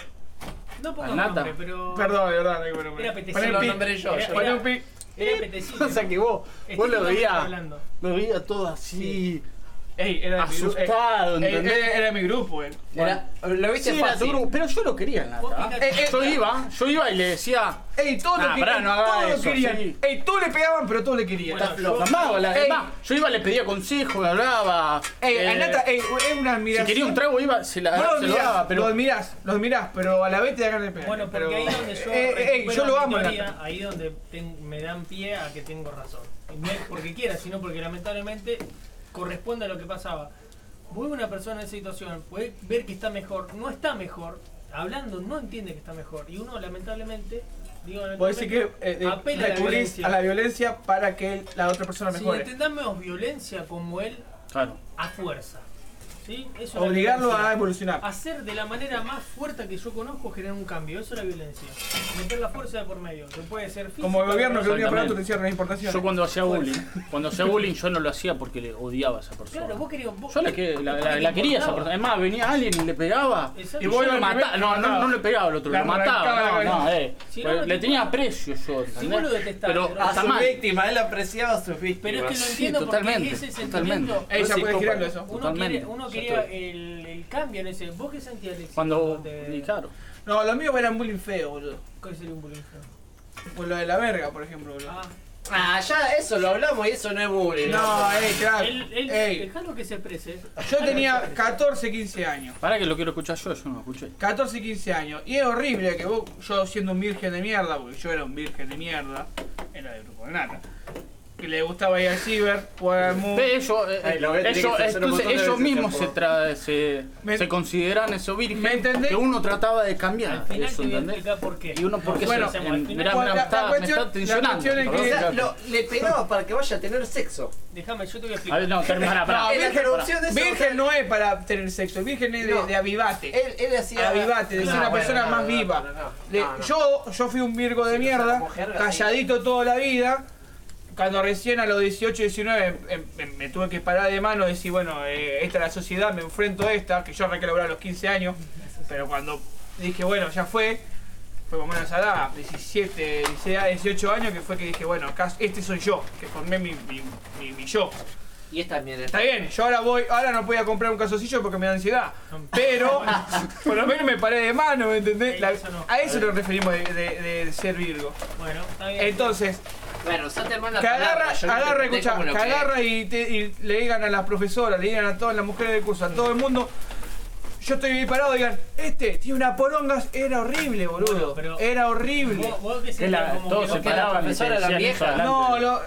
No pongas Nata. nombre, pero... Perdón, de verdad. no, bueno, Era bueno. apetecido. Poné el Lo pi. nombré yo, yo. Poné un pi. Era apetecible. O sea que vos, vos lo Estéticamente veías, hablando. lo veías todo así, <laughs> Ey, era de mi grupo. Ey, asustado, ey, ¿entendés? eh, era- era de mi grupo, él. Era- lo viste Eh, Sí, era fácil. duro, pero yo lo quería en la Vos cara. fijate- Eh, eh, Yo iba, yo iba y le decía. Ey, todos Nah, le pará, querían. no haga todos eso, lo querían. sí. Ey, todos le pegaban, pero todos le querían. Bueno, Lo yo- mamaba, la Ey. es más, Yo iba, le pedía consejo, le hablaba. Ey, eh, a Nata, ey, es una si admiración. quería un trago, iba, se, la, Vos lo se lo admirás, daba, lo pero. admirás, lo admirás, pero a la vez te da ganas de pegar. Bueno, porque pero... ahí es donde yo. Ey, ey, recupero yo lo mi amo, a teoría, Nata. ahí donde ten- me dan pie a que tengo razón. Y no es porque quiera, sino porque lamentablemente corresponde a lo que pasaba. Vuelve una persona en esa situación, puede ver que está mejor, no está mejor, hablando no entiende que está mejor. Y uno lamentablemente. Digo, Vos decís que eh, lamentablemente, eh, apela a la recurrís violencia. a la violencia para que la otra persona si mejore. entendamos violencia como él, Claro. a fuerza. ¿Sí? Eso es la Obligarlo violencia. a evolucionar. Hacer de la manera más fuerte que yo conozco generar un cambio, eso es la violencia. Meter la fuerza de por medio, que puede ser física. Como el gobierno que de un día para otro Exactamente. te cierra las importaciones. Yo cuando hacía bullying, cuando hacía bullying, yo no lo hacía porque le odiaba a esa persona. Claro, vos querías. Vos Yo la, que- la- la- la quería a esa persona. Es más, venía alguien y le pegaba. Exacto. Y vos Y yo lo lo mataba. primero- No, no, no le pegaba al otro, Le lo arrancaba la mataba. No, cabeza. no, eh. Si no, Pues no te le tenía aprecio yo. ¿entendés? vos lo detestás, Pero pero- A hasta su mal. víctima, él apreciaba a sus víctimas. Pero es que lo Sí, entiendo totalmente, porque ese totalmente. sentimiento. Ey, ya Sí, puedes compa. girarlo eso. Uno, quiere, totalmente, uno ya quería estoy. el, el cambio en ese. ¿Vos qué sentías, Alexis? Cuando. te- Y claro. No, lo mío era un bullying feo, boludo. ¿Cuál sería un bullying? Por lo de la verga, por ejemplo, boludo. Ah, Ah, ya eso lo hablamos y eso no es bullying. No, ey, claro. él, él, Ah, Ey, dejalo que se exprese. yo tenía 14, 15 años. Para que lo quiero escuchar yo, yo no lo escuché. 14, 15 años. Y es horrible que vos, yo siendo un virgen de mierda, porque yo era un virgen de mierda, era del grupo de nata, que le gustaba ir al ciber, jugar al mundo. Ve, ellos, eh, Ay, lo voy a tener ellos- que hacer un montón entonces, de ellos veces, mismos se, por tra- se, Me- se consideran eso virgen ¿Me entendés? que uno trataba de cambiar. Al final Ah, te eso, voy a ¿entendés? explicar por qué. Y uno porque Bueno, se, al en, final- mirá, Bueno, mirá, la- me está, la me cuestión- está la tensionando. cuestión es O perdón. que- sea, lo- le pegaba para que vaya a tener sexo. Déjame, yo te voy a A ver, explicar. no, termina, pará, pará. No, En la virgen, traducción de eso, Virgen él- no es para tener sexo, virgen es de, No. Eh, de avivate. Él, él hacía. Avivate, de ser No, una bueno, persona no, más no, viva. no, no. Le- No, no. Yo, yo fui un Virgo Sí, de o sea, mierda, como jerga, calladito toda la vida. Cuando recién a los 18, 19 em- em- me tuve que parar de mano y decir, bueno, eh, esta es la sociedad, me enfrento a esta, que yo arranqué a laburar a los 15 años, pero cuando dije, bueno, ya fue, fue como una edad, 17, 16, 18 años, que fue que dije, bueno, acá este soy yo, que formé mi, mi- mi- mi yo. Y esta también Está bien, yo ahora voy, ahora no voy a comprar un calzoncillo porque me da ansiedad. <laughs> Pero por lo menos me paré de mano, ¿me entendés? La- Eso no. a eso nos referimos de, de- de ser Virgo. Bueno, está bien. Entonces, Bueno, ya te manda que agarra, palabras, yo lo agarra, interpreté escucha, como lo que que- agarra y, te- y le digan a las profesoras, le digan a todas las mujeres del curso, a todo el mundo. Yo estoy bien parado, digan, este tiene una poronga, era horrible, boludo. Bueno, pero- era horrible. Vos, vos que Que la- sentías como todos que se no, que la paraban y te profesora era decían vieja. eso adelante. No, lo,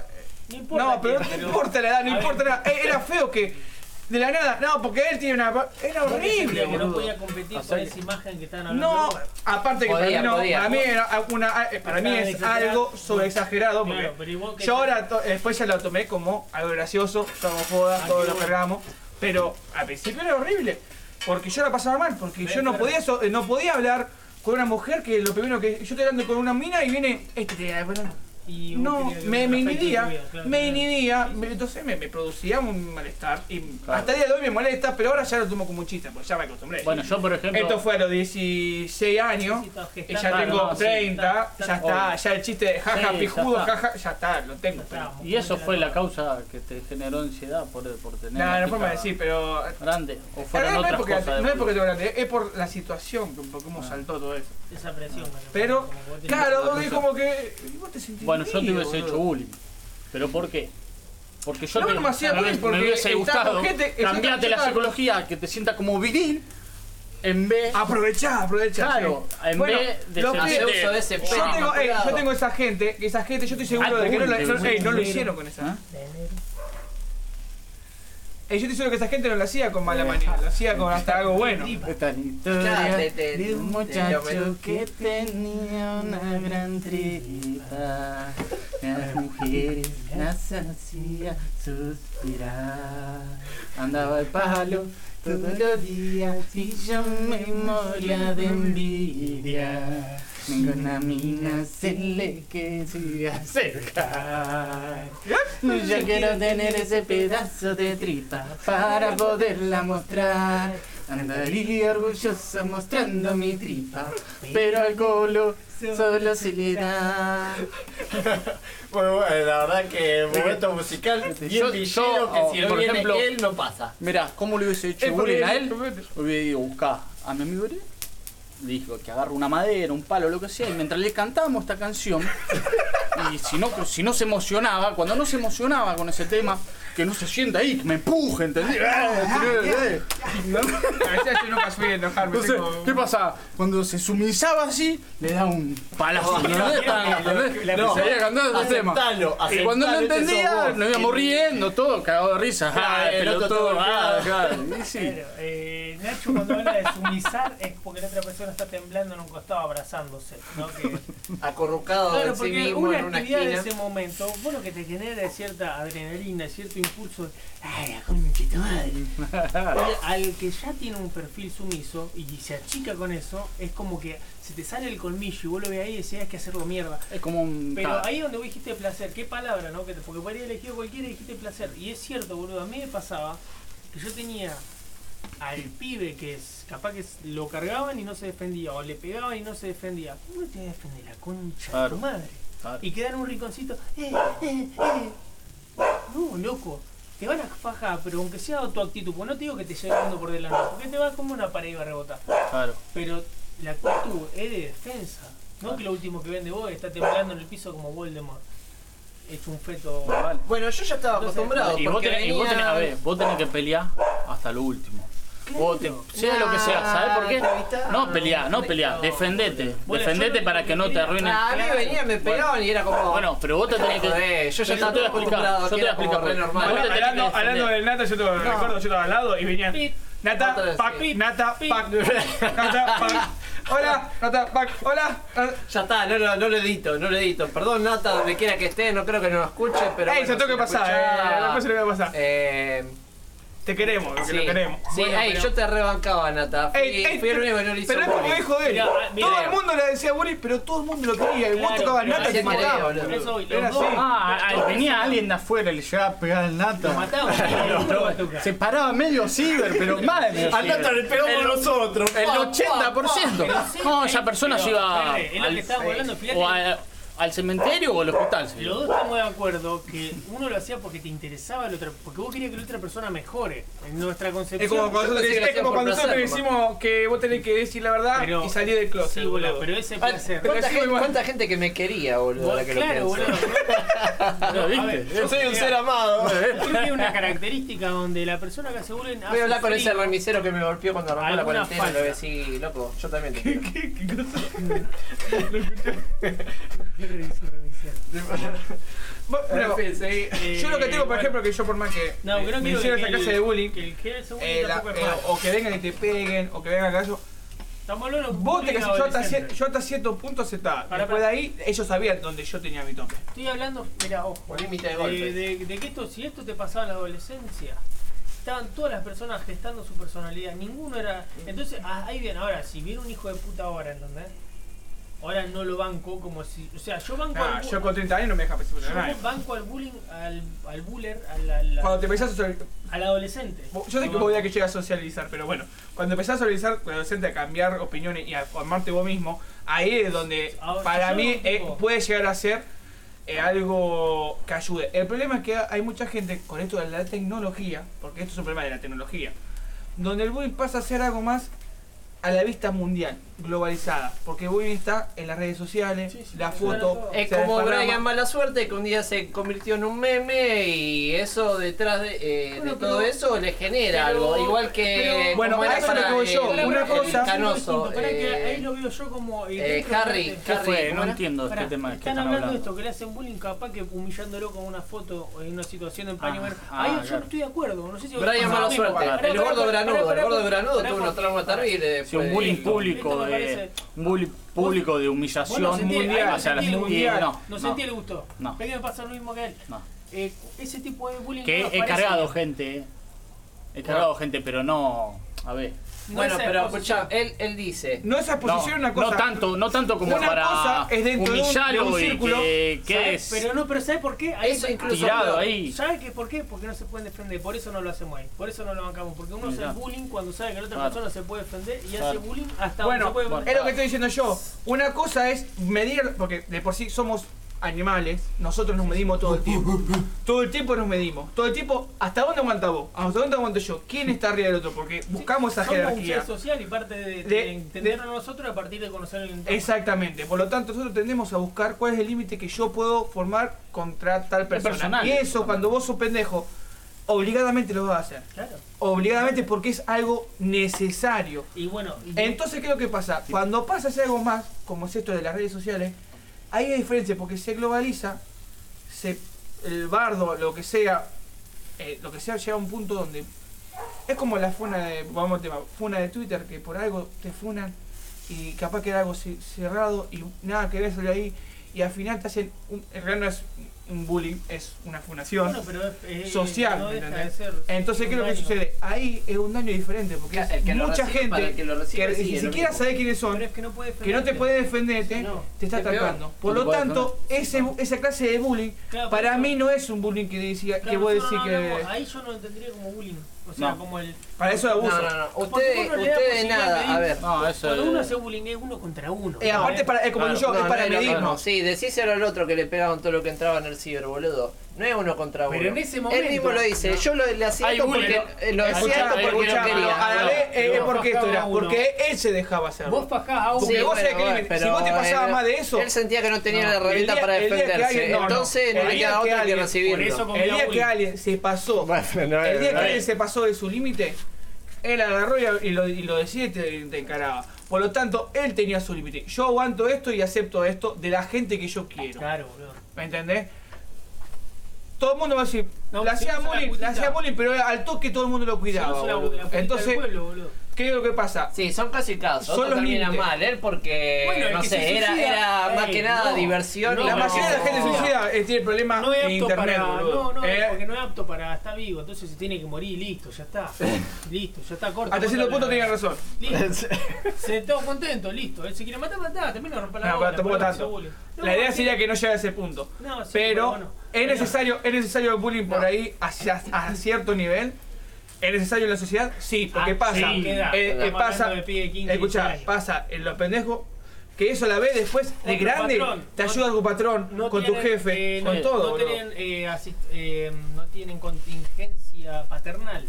no importa. No, pero quién, no importa la edad, no A ver. importa la edad. Eh, Era feo que. De la nada. No, porque él tiene una. Era Vos que horrible, sentías que no boludo. podía competir O sea con que- esa imagen que estaban hablando. No, vos. aparte que Podía, para mí no, podía. para mí, era una- eh, para Estaban mí es exagerados. algo sobre exagerado porque Claro, pero igual que- yo ahora to- después ya lo tomé como algo gracioso, como joda, Ah, todos qué lo bueno. cargamos, pero al principio era horrible porque yo la pasaba mal, porque Pero yo no espera. podía so- eh, no podía hablar con una mujer que lo primero que yo estoy hablando con una mina y viene este te Y vos no, querías que me, me un aspecto de tu inhibía, vida, claro, me claro. inhibía, me- entonces me, me producía un malestar. Y Hasta el día de hoy me molesta, pero ahora ya lo tomo como un chiste, porque ya me acostumbré. Bueno, yo por ejemplo. Esto fue a los 16 años, Sí, sí, estás y ya gestando. tengo Claro, no, sí. 30, ya está, ya el chiste de jaja, Sí, ya pijudo, está. jaja, ya está, lo tengo. Ya está. Pero, Y eso fue la causa que te generó ansiedad por, por tener. no, una no forma de pica decir, pero... en Grande. O fueron realidad no es otras porque, cosas. de Ah. no es porque boludo. tengo grande, es por la situación, porque cómo saltó todo eso. Esa presión. bueno, Pero, como vos tenés- claro, porque como que... y vos te sentís Bueno, yo te mío, hubiese "Uh". boludo. hecho bullying. ¿Pero por qué? Porque yo No, te, no me hacía a la bullying vez porque me hubiese está gustado con gente- está cambiarte con- la psicología que te sienta como viril en vez Ah, pues, Aprovechá, aprovechá. Claro, sí. en vez de lo ser- que- Hacer uso de ese pene yo, tengo, ey, inmaculado. yo tengo esa gente, que esa gente, yo estoy seguro Ah, de que no, la- bullying, no- ey, no lo bullying. hicieron con esa. ¿Ah? Ey, yo estoy seguro que esa gente no lo hacía con mala manera, lo hacía con hasta algo bueno. Esta es la historia Claro, te- te- de un te- muchacho te- que tenía una gran tripa. Las mujeres las hacía suspirar. Andaba al palo todos los días y yo me moría de envidia. Ninguna mina se le quería acercar. No, Yo quiero tener ese pedazo de tripa para poderla mostrar. Andaría orgullosa mostrando mi tripa, pero al colo solo se le da. Bueno, bueno, la verdad que momento musical Yo- y el yo, que si o, no por viene ejemplo- él no pasa. Mirá, ¿cómo le hubiese hecho Ey, bullying a porque- él? Hubiera ido a buscar a mi amigo Uriel, le dijo que agarre una madera, un palo, lo que sea, y mientras le cantábamos esta canción, y si no, si no se emocionaba, cuando no se emocionaba con ese tema, que no se sienta ahí, que me empuje, ¿entendés? <laughs> Ah, A veces yo nunca subí a enojarme. Entonces, tengo- ¿qué pasa? Cuando se sumisaba así, le da un palazo. No, la- Ah, no, la- seguía cantando ese tema. Aceptalo, Y cuando no aceptalo, este sos entendía, vos. nos íbamos El- riendo, todo cagado de risa. Claro, Ah, el otro pelotudo, todo ah, golpeado. claro. Y sí. Claro, eh, Nacho cuando habla de sumisar es porque la otra persona está temblando en un costado abrazándose, ¿no? Que- Acorrucado Claro, en sí porque mismo una en una actividad de esquina. ese momento, bueno, que te genera cierta adrenalina, cierto impulso, de, ¡ay, la concha de tu madre! <laughs> Al- Al que ya tiene un perfil sumiso y se achica con eso, es como que se te sale el colmillo y vos lo ves ahí y decís, hay que hacerlo mierda. Es como un. Pero ta- ahí donde vos dijiste placer, qué palabra, ¿no? Que te- porque podría haber elegido cualquiera y dijiste placer. Y es cierto, boludo, a mí me pasaba que yo tenía al pibe que es, capaz que es- lo cargaban y no se defendía, o le pegaban y no se defendía. ¿Cómo no te defender la concha de Claro. tu madre? Claro. Y quedar en un rinconcito, eh, eh, eh. No, loco. Te van a fajar, pero aunque sea tu actitud, porque no te digo que te lleve el mundo por delante, porque te vas como una pared y va a rebotar. Claro. Pero la actitud es de defensa. No que lo último que vende vos está temblando en el piso como Voldemort. Hecho un feto. Bueno, yo ya estaba Entonces, acostumbrado. Y vos porque tenés, y vos venía- tenés- a ver, vos tenés que pelear hasta lo último. Vos te- sea lo que sea, ¿sabes por qué? Nah, te evitás. No peleá, no peleá, No, defendete. Bueno, yo defendete lo- para que no te quería- arruinen. Nah, Ah, a mí venía, me pegaban y era como. Bueno, pero vos te tenés que. Joder, yo ya Pero estaba acostumbrado, Yo te que voy a era como explicar. re normal. Vos te tenés que hablando, hablando defender. del Nata, yo te lo recuerdo, yo estaba al lado y venían. Pip. Nata, Otra vez, pac, sí. Nata, Pip. <laughs> pac, Nata, pac. Hola, Nata, pac, hola. Nata- Ya está, no, lo- no lo edito, no lo edito. Perdón, Nata, donde quiera que esté, no creo que nos escuche, pero. Ey, se bueno, tengo que si lo pasar, escucha- eh, después se lo voy a pasar. Eh, Te queremos, lo que sí, lo queremos. Sí, Bueno, ey, pero- yo te rebancaba, Nata. Fui, Ey, ey, fui el único que no le hizo Pero es como bullying. dijo él. Mira, mira. todo el mundo le decía bullying, pero todo el mundo lo quería. Y vos Claro, tocabas pero Nata y te hacía tarea, mataba. boludo. Por eso hoy Era los dos así. Ah, ah, venía alguien de afuera y le llegaba a pegar al lo nata. <laughs> mataban. No, Se paraba medio ciber, pero mal. Al nata le pegamos nosotros. Oh, El 80%. No, esa persona se iba Es lo que al, estábamos hablando, o fíjate. a- al cementerio o al hospital. se iba. Los dos estamos de acuerdo que uno lo hacía porque te interesaba el otro, porque vos querías que la otra persona mejore. En nuestra Es concepción. como cuando Yo pensé nosotros, que lo es como hacían por cuando nosotros placer, decimos que vos tenés que decir la verdad Pero- y salir del closet. Sí, boludo, boludo. pero ese Ah, ¿Cuánta, placer. Pero gente, sí, cuánta gente que me quería, boludo? ahora que lo claro, pienso. boludo. No, a ver, ¿Viste? Yo soy un Mira. ser amado. Tiene una característica donde la persona que hace bullying Voy a hablar con ese sufrido. <laughs> remisero que me golpeó cuando arrancó la Alguna cuarentena. falta. Lo decí, loco, yo también te quiero. ¿Qué, qué cosa? En Bueno, fin, seguí. Eh, yo lo que tengo, por bueno. ejemplo, que yo por más que No, eh, creo que me no hicieron que esa el- clase de bullying, Que el que el segundo eh, la- tampoco es eh, malo. o que vengan y te peguen, o que vengan acá. Yo, Estamos hablando de un vos te bullying casás, yo hasta, cier- adolescente. yo hasta cierto punto aceptaba. Pará, Después de pará. ahí, ellos sabían dónde yo tenía mi tope. Estoy hablando, mira, ojo. Un límite de De, golpe. de- de que esto, si esto te pasaba en la adolescencia, estaban todas las personas gestando su personalidad, ninguno era. Entonces, ah, ahí bien, ahora, si viene un hijo de puta ahora, ¿entendés? Ahora no lo banco como si. O sea, yo banco Nah, al bu- Ah, yo con 30 años no me dejan participar yo de nadie. banco al bullying, al, al buller, al, al- Cuando te empezás a social- al adolescente. Yo sé Lo que vos banco. ya que llegas a socializar, pero bueno, cuando empezás a socializar con el docente, a cambiar opiniones y a formarte vos mismo, ahí es donde Ahora, para yo mí soy un eh, tipo- puede llegar a ser eh, algo que ayude. El problema es que hay mucha gente con esto de la tecnología, porque esto es un problema de la tecnología, donde el bullying pasa a ser algo más a la vista mundial, globalizada. Porque Boeing está en las redes sociales, Sí, sí, la sí, foto. claro. se Es como desparrama. Brian Mala Suerte que un día se convirtió en un meme y eso detrás de, eh, Bueno, de pero- todo eso le genera pero- algo. Igual que. pero- Bueno, como a eso era lo que voy yo, para, eh, una el cosa- Canoso, Pará que eh, ahí lo veo yo como. eh, dentro de- Harry, ¿Qué Harry, fue? ¿cómo No era? entiendo Pará, este tema que están están hablando, de hablando. esto, que le hacen bullying capaz que humillándolo con una foto o en una situación en paño Ah, verde. ah, Ahí yo claro. no estoy de acuerdo, no sé si... Brian no, Mala no, Suerte. pará, el pará, gordo pará, granudo, pará, el gordo pará, granudo pará, tuvo pará, una trauma pará. terrible. Sí, un fue- bullying Esto público me de parece- un bullying público de Vos no humillación sentí- ahí mundial no hacia la sentí el gente. mundial, No, No no, sentí el gusto. No. Pero me pasa lo mismo que a él. no. Eh, ese tipo de bullying... Que no nos he parece- cargado gente. eh. He cargado gente, pero no. A ver. no pues, Bueno, esa pero exposición. escuchá, él, él dice. No esa No, posición es una cosa. no tanto, no tanto como Una para cosa es dentro de un- humillarlo de un y círculo, que ¿Sabés? quedes Pero no, pero ¿sabes por qué? Ahí Eso me- incluso- tirado ahí. ¿Sabe qué? ¿Por qué? Porque no se pueden defender, por eso no lo hacemos ahí, por eso no lo bancamos, porque uno Mirá. hace bullying cuando sabe que la otra Claro. persona se puede defender y hace Claro. bullying hasta donde Bueno, se puede es lo que estoy diciendo yo. Una cosa es medir, porque de por sí somos animales, nosotros nos medimos todo el tiempo. Todo el tiempo nos medimos. Todo el tiempo, ¿hasta dónde aguanta vos? ¿Hasta dónde aguanto yo? ¿Quién está arriba del otro? Porque buscamos esa Somos un jerarquía. ser social y parte de, De- entendernos nosotros a partir de conocer el entorno. Exactamente, por lo tanto nosotros tendemos a buscar cuál es el límite que yo puedo formar contra tal persona. personal. Y eso cuando vos sos pendejo, obligadamente lo vas a hacer. Claro. Obligadamente porque es algo necesario. Y bueno, y- Entonces, ¿qué es lo que pasa? Cuando pasa a ser algo más, como es esto de las redes sociales, ahí hay diferencia porque se globaliza, se, el bardo, lo que sea, eh, lo que sea, llega a un punto donde. Es como la funa de. Vamos al tema, funa de Twitter, que por algo te funan y capaz que era algo ce- cerrado y nada que ver salió ahí. Y al final te hacen. Un, en realidad no es un bullying, es una funación. bueno, pero es- es- social, no ¿me deja entendés? de ser Entonces, ¿qué es lo que humano. sucede? Ahí es un daño diferente, porque Claro, es el que lo mucha recibe para gente el que lo recibe, que sí, ni es lo siquiera mismo. sabe quiénes son, Pero es que no puede que no te defenderte. puede defenderte, No. te está Es peor. atacando. Por No lo puede tanto, ese, bu- esa clase de bullying, Claro, por para eso- mí no es un bullying que, decía, Claro, que vos decís nosotros no que... hablamos- Ahí yo no lo entendería como bullying. O sea, No. como el. Para eso es No, abuso. no, no. Porque Ustedes, uno le da ustedes posibilidad de nada. A ir. ver. No, eso Cuando uno es. hace bullying es uno contra uno. Eh, aparte, para, es como Claro. yo, No, es no para es lo mismo. medirnos. Sí, decíselo al otro que le pegaban todo lo que entraba en el ciber, boludo. No es uno contra uno. Pero en ese momento- Él mismo lo dice. Yo lo, le hacía Hay esto bullying, porque, eh, lo hacía Escuchá, esto porque escuchá, no pero quería. a la vez eh, No, es no, porque bajaba esto era, uno. porque él se dejaba hacerlo. Vos bajás a un. Porque vos sabés que bueno, el límite- si vos te pero pasabas él- más de eso- Él sentía que no tenía No. la herramienta El día- para el día que defenderse. alguien- no, no. Entonces no El le día queda que otra alguien- que por recibirlo. <laughs> Por eso comía El día que bullying. alguien se pasó, el día que alguien se pasó de su límite, él agarró y, y lo, y lo decía y te, te encaraba. Por lo tanto, él tenía su límite. Yo aguanto esto y acepto esto de la gente que yo quiero. Claro, boludo. ¿Me entendés? Todo el mundo va a decir, No, la si hacía no se la bullying, la cuidaba. hacía bullying, pero al toque todo el mundo lo cuidaba. Somos la- la boludo. putita del Entonces, pueblo, boludo. ¿qué es lo que pasa? Sí, son casos y casos. Son Otro los termina límites. mal, él porque, Bueno, el no que sé, se era, suicida, era más ey, que nada no, diversión. no, y la no- mayoría de la gente suicida eh, tiene problemas No es en apto internet, para. boludo. No, no, Eh, porque no es apto para. Está vivo, entonces se tiene que morir y listo, ya <laughs> está. listo, ya está corto. hasta cierto corta punto la- tenía razón. <laughs> Listo. se todo contento, listo. Él se quiere matar, matar. También no rompa la No, bola, pero tampoco para que se tanto. bule. No, La idea sí. sería que no llegue a ese punto. No, Ah, sí, pero bueno, es pero- necesario es necesario el bullying por ahí hacia, a cierto nivel es necesario en la sociedad sí porque Ah, pasa sí, eh, queda. eh, Estamos pasa hablando de pibe de 15, escucha 16. pasa en los pendejos que eso a la vez después de Otro grande patrón. te No- ayuda con tu patrón No con tu tienen, jefe eh, con no, todo No boludo. tienen, eh, asist- eh, no tienen contingencia paternal.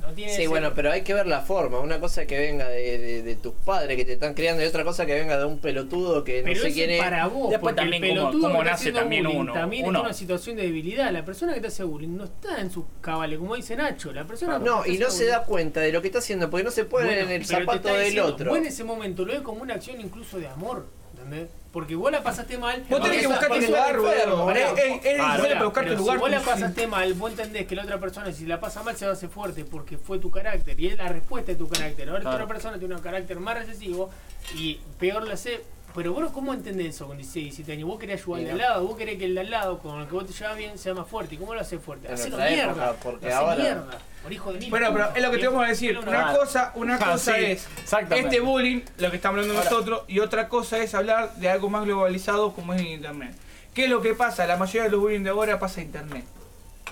No tienen Sí, ese- bueno, pero hay que ver la forma. Una cosa que venga de, de- de tus padres que te están criando y otra cosa que venga de un pelotudo que no Pero sé eso quién es. para vos, porque Después también el cómo- pelotudo cómo que está nace haciendo también bullying uno. También Uno. está en una situación de debilidad. La persona que te hace bullying no está en sus cabales, como dice Nacho. La persona No, que te y hace no se bullying- da cuenta de lo que está haciendo porque no se pone Bueno, en el pero te zapato está del diciendo, otro. Vos en ese momento lo ves como una acción incluso de amor, ¿entendés? Porque vos la pasaste mal. vos tenés que esa buscar tu persona- lugar enfermo, boludo. pará. es es- es Pará, necesario para buscar pero tu si lugar vos la tu- pasaste mal, vos entendés que la otra persona, si la pasa mal, se va a hacer fuerte porque fue tu carácter y es la respuesta de tu carácter. Ahora Claro. otra persona tiene un carácter más recesivo y peor la hace. Pero vos, ¿cómo entendés eso con 16, 17 años? Vos querés ayudar al de al lado, vos querés que el de al lado con el que vos te llevas bien sea más fuerte. ¿Y cómo lo hace fuerte? En Hacelo nuestra época, mierda. porque hacelo ahora- mierda. Por hijo de mil Bueno, pero putas. es lo que te vamos a decir. Una- Una Ah, cosa, una ah, cosa sí, es exactamente. este bullying, lo que estamos hablando nosotros, y otra cosa es hablar de algo más globalizado como es internet. ¿Qué es lo que pasa? La mayoría de los bullying de ahora pasa a internet.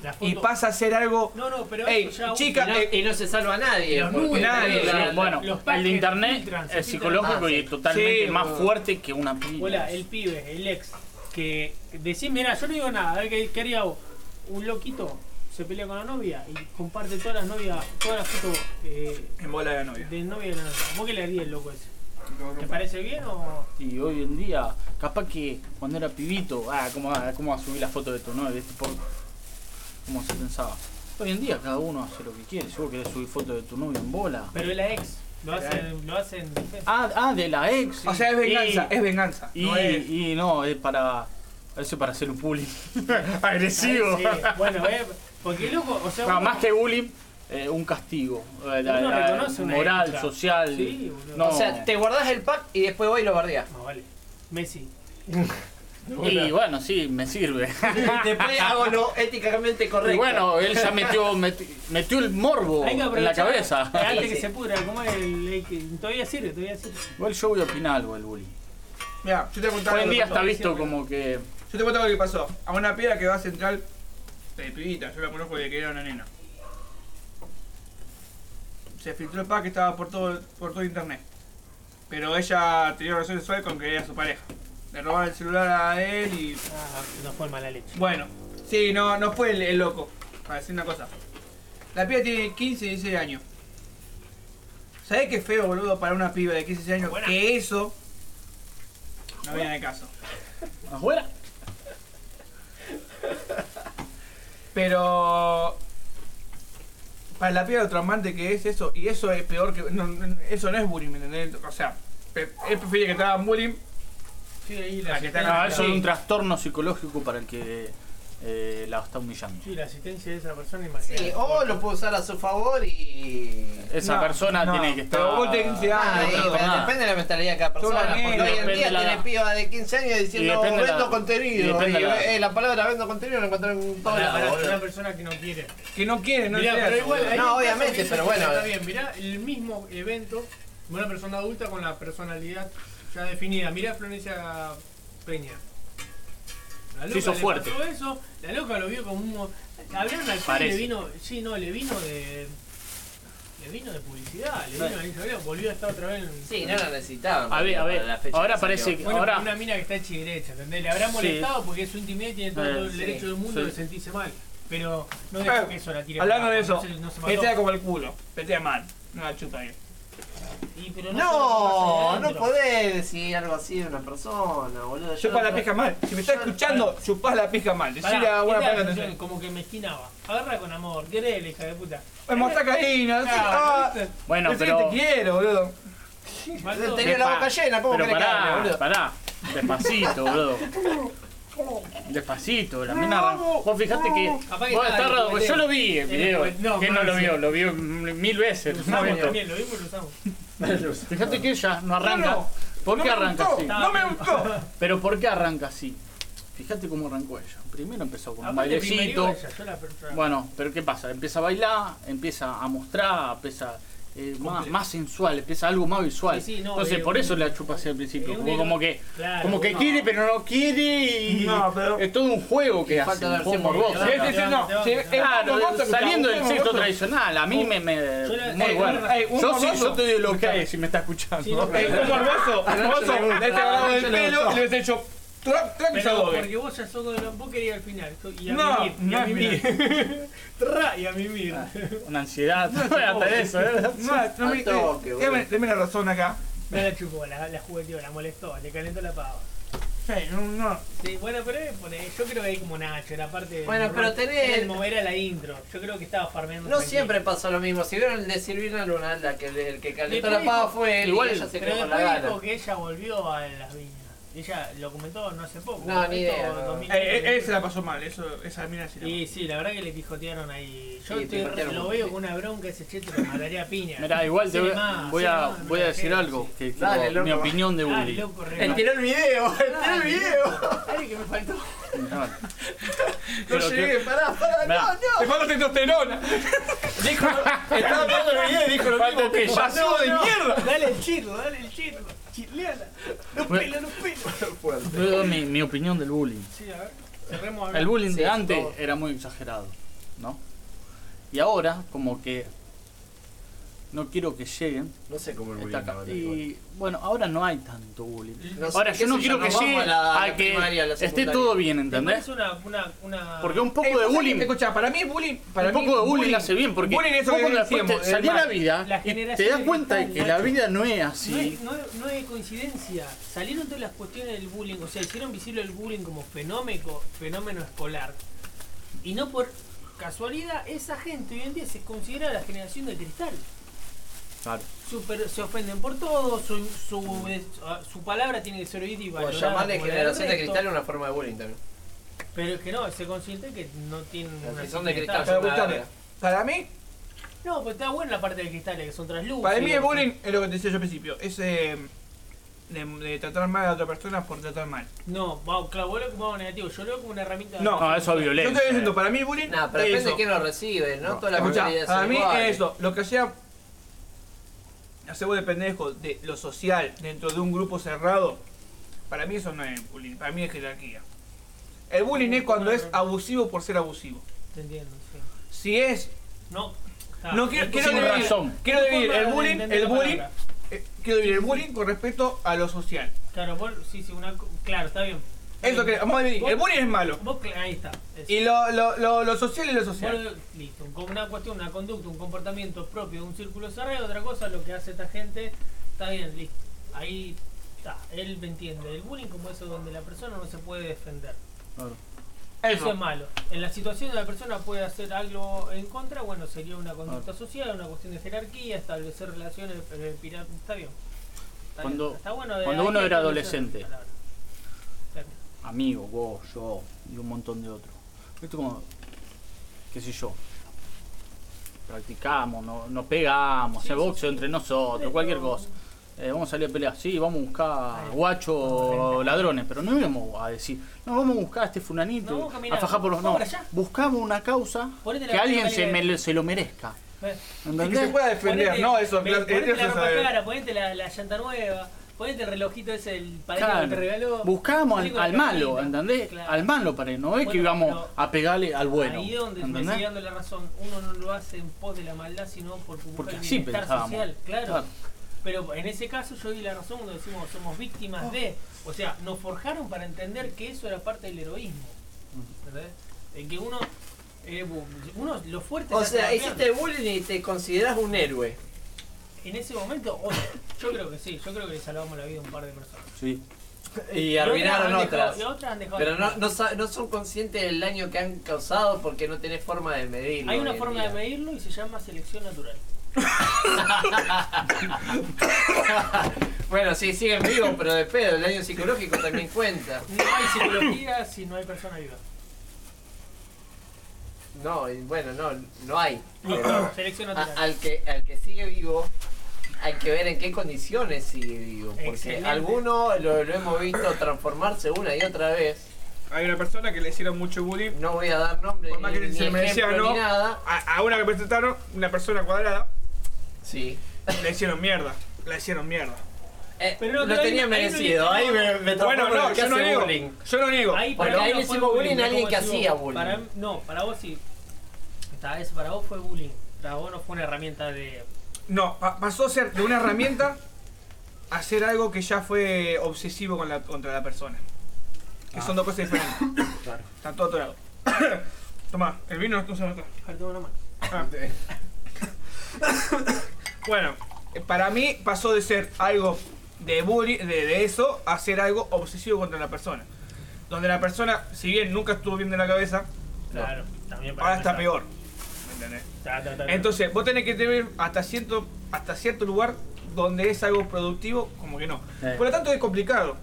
la Y foto- pasa a ser algo. No, no, pero Ey, eso ya usa- chica, Y no, eh, y no se salva a nadie. Los porque nubes, nadie, la- Sí, la- bueno, los el paquetes de internet filtran, se es filtran. psicológico Ah, y sí. es totalmente Sí, más boludo. fuerte que una piña. Hola, el pibe, el ex, que decís, mira, yo no digo nada, a ver qué quería un loquito. se pelea con la novia y comparte todas las novias, todas las fotos eh, En bola de la novia. de novia de la novia. ¿Vos qué le harías, loco, ese? ¿Te parece bien o.? Y hoy en día, capaz que cuando era pibito, ah, ¿cómo, va- cómo va a subir la foto de tu novia? Este por- ¿Cómo se pensaba? Hoy en día cada uno hace lo que quiere. Si vos querés subir foto de tu novia en bola. Pero es la ex. Lo hacen. Lo hacen Ah, ah, de la ex. O sea, es venganza, Y- es venganza. Y no es- y no, es para. Eso es para hacer un bullying. <laughs> Agresivo. Sí, bueno, eh, porque loco, o sea. No, uno- más que bullying, eh, un castigo. Eh, Uno reconoce una moral, época. social. Sí, boludo. no. O sea, te guardás el pack y después voy y <laughs> lo bardeás. No, vale. Messi. Y bueno, sí, me sirve. <laughs> después hago lo <laughs> éticamente correcto. Y bueno, él ya metió, meti- metió el morbo Hay que Oh, en la aprovechar, cabeza. eh, Antes <laughs> que Sí. se pudra, ¿cómo es el, el que- Todavía sirve, todavía sirve. Igual yo voy a opinar algo del bullying. Mira, yo te voy a contar Hoy en algo que día está pasó. visto como que. Yo te cuento lo que pasó. A una piedra que va a central de pibita, yo la conozco desde que era una nena. Se filtró el pack que estaba por todo, por todo internet. Pero ella tenía relación sexual con que era su pareja. Le robaron el celular a él y. Ah, no fue mala leche. Bueno, sí, no, no fue el, el loco. Para decir una cosa. La piba tiene 15, 16 años. ¿Sabés qué feo, boludo, para una piba de 15, 16 años? Buena. Que eso. No viene de caso. ¿Afuera? Pero para la piedra traumante que es eso, y eso es peor que. no, no, eso no es bullying, ¿me entendés? O sea, pe- es preferible que te hagan bullying. Sí, ahí la que está acá. Ah, eso es un trastorno psicológico para el que eh, la está humillando. Sí, la asistencia de esa persona Sí, imagínate. o lo puedo usar a su favor y. Esa No, persona no, tiene que estar. pero vos tenés que- Ah, Ah, y no, bueno, nada. depende de la mentalidad de cada Son persona. las Porque nenas, hoy en depende día de la- tiene pibas de 15 años diciendo depende de la- vendo y contenido. Y, depende de la- eh, la palabra vendo contenido la encontré en todos Para, lados, para boludo. una persona que no quiere. Que no quieren, no Mirá, seas- pero igual, hay No, un caso obviamente, que dice pero que bueno. Está bien, mirá, el mismo evento, una persona adulta con la personalidad ya definida. Mirá Florencia Peña. La Se hizo le fuerte. pasó eso, la loca lo vio como un... mo- Hablaron al final, Parece. le vino... Sí, no, le vino de... Le vino de publicidad, le vino de Instagram, volvió a estar otra vez en... Sí, no la necesitaban. A ver, a ver, para la fecha ahora que salió. parece que- Bueno, Ahora- una mina que está chiderecha, ¿entendés? Le habrá Sí. molestado porque es su intimidad y tiene todo Eh, el sí, derecho del mundo sí. de sentirse mal. Pero no dejo Eh, que eso la tire Hablando para de abajo, eso, no se- no se mató. petea como el culo, petea mal, no la chupa bien. Y, pero No, no puedo podés decir algo así de una persona, boludo. Yo Chupa la no- pija mal. Si me estás escuchando, chupás la pija mal. Decirle a una persona atención. Como que mezquinaba. Agarra con amor. Querés, la hija de puta. Mostrar "Eh, cariño, decir, Claro, ah, ¿viste? Bueno, decir que pero. te quiero, boludo. Mató. Tenía la Epa, boca llena, ¿cómo Pero que le cabe, pará, boludo? pará. Despacito, boludo. Despacito, la mina. arran- Vos fijate que. Capaz que vos estaba estás en el raro, porque yo jugueteo. lo vi el En el video. jugueteo, ¿Quién no, no lo sí. vio? Lo vio mil veces. Lo en un usamos momento. también, lo vimos y lo usamos. Fíjate que ella no No, arranca. no. ¿Por qué no me arranca gustó, así? No me gustó. Pero ¿por qué arranca así? Fíjate cómo arrancó ella. Primero empezó con un Aparte, primero bailecito. ella, yo la- Bueno, pero ¿qué pasa? Empieza a bailar, empieza a mostrar, empieza eh, más, más sensual, empieza algo más visual. Sí, sí, no, Entonces, eh, por un- eso la chupa así al eh, principio. un Como, como que, Claro, como que no. quiere, pero no quiere y No, pero- es todo un juego que Falta hace. de Un juego versión morboso. Sí, sí, sí, no. Sí, es Claro, morboso que saliendo está, del es sexo morboso. tradicional, a mí me... me- la- muy eh, bueno. eh, un yo, sí, morboso. yo te doy lo que es si me está escuchando. Sí, no, Eh, un morboso, un morboso, Anoche le- Este le he agarrado del anoche le pelo y gustó. le he hecho. Tra, tra, que se Pero adobe. porque vos ya sos con vos querías al final. Y a No, mimir, y no a es Ah. mío. mimir. <laughs> Tra, y a mimir. Una ansiedad. <laughs> Hasta eso, ¿eh? <laughs> No, no me. Al toque, eh, boludo. Deme deme la razón acá. No la chupó, la, la jugueteó, la molestó, le calentó la pava. Eh, no, no. Sí, bueno, pero eh, pone- yo creo que ahí como Nacho, la parte... del- Bueno, pero tenés- Era, el mo- era la intro, yo creo que estaba farmeando. No tranquilo. siempre pasó lo mismo. Si vieron el de Silvina Luna, la que, el que calentó Después la pava dijo- fue él Igual, y ella se Pero quedó con la después gana. dijo que ella volvió a las viñas. Ella lo comentó no hace poco. No, ni idea, no. 2000. Eh, eh, él se la pasó mal, eso, esa mina sí la Y sí, la verdad que le pijotearon ahí. Yo Sí, estoy- pijotearon lo mucho, veo sí. con una bronca ese cheto, lo mataría a piña. Mirá, igual te Sí, voy, más, voy sí, a, más, voy a me decir la algo. quedo, Que, que Dale, mi loco. opinión de sí. Ah, bullying. loco, re- Él tiró el video, <laughs> él tiró el video. Dale que me faltó. No Pero llegué, pará. Mirá, Te falta testosterona. Dijo, estaba viendo el video y dijo lo Falta mismo. que ya Pasó de mierda. Dale el chirlo, dale el chirlo. Chirleala. No Bueno. pelo, no pelo. voy a dar mi, mi opinión del bullying. Sí, a ver. Cerremos a ver. El bullying Sí, de antes todo. era muy exagerado, ¿no? Y ahora, como que no quiero que lleguen. No sé cómo el bullying Está acá. ahora, igual. Y bueno, ahora no hay tanto bullying. No sé, Ahora qué yo no sé quiero nos que vamos llegue a la- a la que primaria, a la esté secundaria. todo bien, Me ¿entendés? parece una, una, una... Porque un poco Eh, de vos sabés bullying, que- Escuchá, para mí bullying. Para un mí poco de bullying hace bien, porque bullying es lo vos que cuando después decíamos, te salí a el la mal. vida Las y te das generaciones cuenta de están, que la macho. vida no es No hay, así. no, hay- no hay coincidencia. Salieron todas las cuestiones del bullying, o sea, hicieron visible el bullying como fenómeno, fenómeno escolar. Y no por casualidad, esa gente hoy en día se considera la generación de cristal. Claro. Super- se ofenden por todo, su, su, eh, su palabra tiene que ser oída y Bueno, valorada. llamarle como la del generación de resto. cristal es una forma de bullying también. Pero es que no, se considera que no tienen Si una son de cristal, Pero son una escuchame, verga. Para mí, No, pero está buena la parte de cristales, que son traslúcidos. para mí el bullying es lo que te decía yo al principio. Es eh, de, de tratar mal a otra persona por tratar mal. No, va, claro, vos lo ocupás como negativo, yo lo veo como una herramienta. No, No, eso es Yo te violencia. eh. estoy diciendo, para mí el bullying Nah, pero es depende eso. de quién lo recibe, ¿no? Toda la Escuchá, comunidad para son mí iguales. es eso, lo que sea hacemos de pendejo de lo social dentro de un grupo cerrado, para mí eso no es bullying, para mí es jerarquía. El bullying es cuando es abusivo por ser abusivo. Te entiendo, sí. Si es, No, está. no quiero, Es quiero sin posible. dividir, razón. quiero Ah, No dividir forma el de bullying, entender el la bullying, palabra. eh, quiero dividir el bullying con respecto a lo social. Claro, vos, sí, sí, una, co- claro, está bien. Está Eso que bien. vamos a dividir. Vos- El bullying es malo Vos, cl- ahí está. eso. y lo, lo, lo, lo social es lo Vos social. lo- listo, con una cuestión, una conducta, un comportamiento propio de un círculo cerrado, otra cosa, lo que hace esta gente, está bien, listo. Ahí está, él me entiende. El bullying como eso donde la persona no se puede defender. Claro. Eso es Eso. malo. En la situación de la persona puede hacer algo en contra, bueno, sería una conducta social, una cuestión de jerarquía, establecer relaciones, pero el pira- está bien. Está, bien, Cuando- está bueno, eh, cuando hay uno que era establecer adolescente. palabras. Está bien. Amigo, vos, yo y un montón de otros. Esto como, qué sé yo, practicamos, no- nos pegamos, Sí, hacemos sí, boxeo sí. entre nosotros, Pero- cualquier cosa. Eh, vamos a salir a pelear, sí, vamos a buscar Ahí. guacho ladrones, pero no íbamos a decir, no, vamos a buscar a este No, funanito, vamos a caminar, a fajar por los... No, vamos para allá. buscamos una causa Ponete la que ropa alguien de se, calidad. me- se lo merezca. Ve, Y que se ¿Entendés? pueda defender, ponete- no, eso, ve, claro, Ponete eso la es ropa saber. cara, ponete la, la llanta nueva, ponete el relojito ese, el padrino Claro, que te regaló. buscábamos Ponete al, con la al malo, cartita. ¿entendés? Claro. Al malo para él, no es que Bueno, íbamos pero a pegarle al bueno. Ahí es donde me ¿entendés? sigue dando la razón. Uno no lo hace en pos de la maldad, sino por buscar Porque el así bienestar pensábamos. social, claro. Claro. Pero en ese caso yo di la razón cuando decimos somos víctimas de. O sea, nos forjaron para entender que eso era parte del heroísmo. ¿Verdad? En que uno. eh, bu- uno lo fuerte O es sea, hacer hiciste bullying y te considerás un héroe. En ese momento, o- yo creo que sí, yo creo que le salvamos la vida a un par de personas. Sí. Y Y arruinaron han dejado- otras. y otras han dejado Pero de no, hacer. no, sa- no son conscientes del daño que han causado porque no tenés forma de medirlo. Hay una hoy en forma día. de medirlo y se llama selección natural. Bueno, sí, siguen vivos, pero de pedo, el daño psicológico también cuenta. No hay psicología si no hay persona viva. No, y bueno, no, no <clears throat> hay. Pero Selección a- natural. Ah, al, que, al que sigue vivo, hay que ver en qué condiciones sigue vivo. Porque Excelente. alguno lo, lo hemos visto transformarse una y otra vez. Hay una persona que le hicieron mucho bullying No voy a dar nombre Por más ni, que ni se me decía, ejemplo, ¿no? ni nada. a, a una que presentaron, una persona cuadrada, Sí. le hicieron mierda. La hicieron mierda. Eh, Pero lo no, ahí- tenía ahí no merecido, le- ahí me, me tocó Bueno, por no, el que yo no hace digo. bullying. Yo no digo. Ahí Porque para ahí mí no le fue hicimos bullying a alguien como que decís hacía vos. bullying. Para, no, para vos sí. Para, eso, para vos fue bullying. Para vos no fue una herramienta de. No, pa- pasó a ser de una herramienta a ser algo que ya fue obsesivo con la- contra la persona. Que son dos cosas diferentes. Claro. Está todo atorado. <coughs> Tomá, el vino no se nota. A ver, toma una mano. Ah. Bueno, eh, para mí pasó de ser algo de bullying, de, de eso, a ser algo obsesivo contra la persona. Donde la persona, si bien nunca estuvo bien de la cabeza, Claro, también para. ahora está empezar. peor. ¿Me entendés? Ta, ta, ta, ta. Entonces, vos tenés que tener hasta cierto, hasta cierto lugar donde es algo productivo, como que no. Eh. Por lo tanto, es complicado.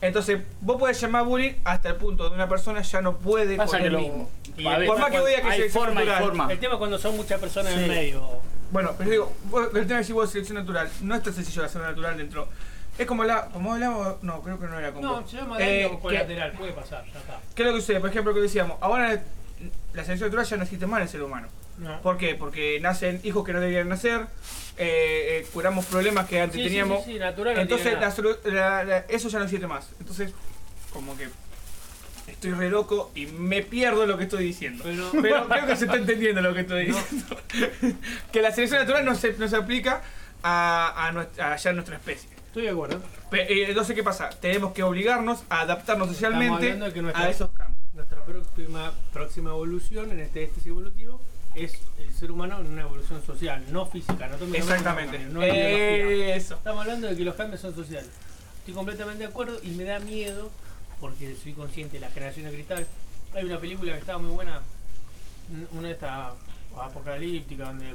Entonces, vos podés llamar bullying hasta el punto de una persona ya no puede Pasa con que él lo- mismo. Y a ver, por más que diga que hay selección forma y natural. forma. El tema es cuando son muchas personas en Sí. el medio. Bueno, pero digo, vos- el tema de si vos selección natural, no es tan sencillo la selección natural dentro. Es como la, como hablamos, no, creo que no era como. Eh, No, se llama daño colateral, puede pasar, ya está. ¿Qué es lo que sucede? Por ejemplo, que decíamos, ahora la selección natural ya no existe más en el ser humano. No. ¿Por qué? Porque nacen hijos que no debían nacer, eh, eh, curamos problemas que antes Sí, sí, teníamos. sí, sí, natural, no Entonces, tiene la nada. solu- la- la- eso ya no existe más. Entonces, como que Estoy re loco y me pierdo lo que estoy diciendo. Pero, <laughs> Pero creo que se está entendiendo lo que estoy No. diciendo. <laughs> que la selección natural no se, no se aplica a, a, nues- a ya nuestra especie. estoy de acuerdo. Pe- eh, Entonces, ¿qué pasa? Tenemos que obligarnos a Estamos adaptarnos socialmente hablando de que nuestra- a esos cambios. Nuestra próxima, próxima evolución en este índice evolutivo es el ser humano en una evolución social, no física, anatómica. Exactamente. Eh, No, Eso. Estamos hablando de que los cambios son sociales. Estoy completamente de acuerdo y me da miedo porque soy consciente de la generación de cristal. Hay una película que estaba muy buena, n- una de estas apocalíptica, donde,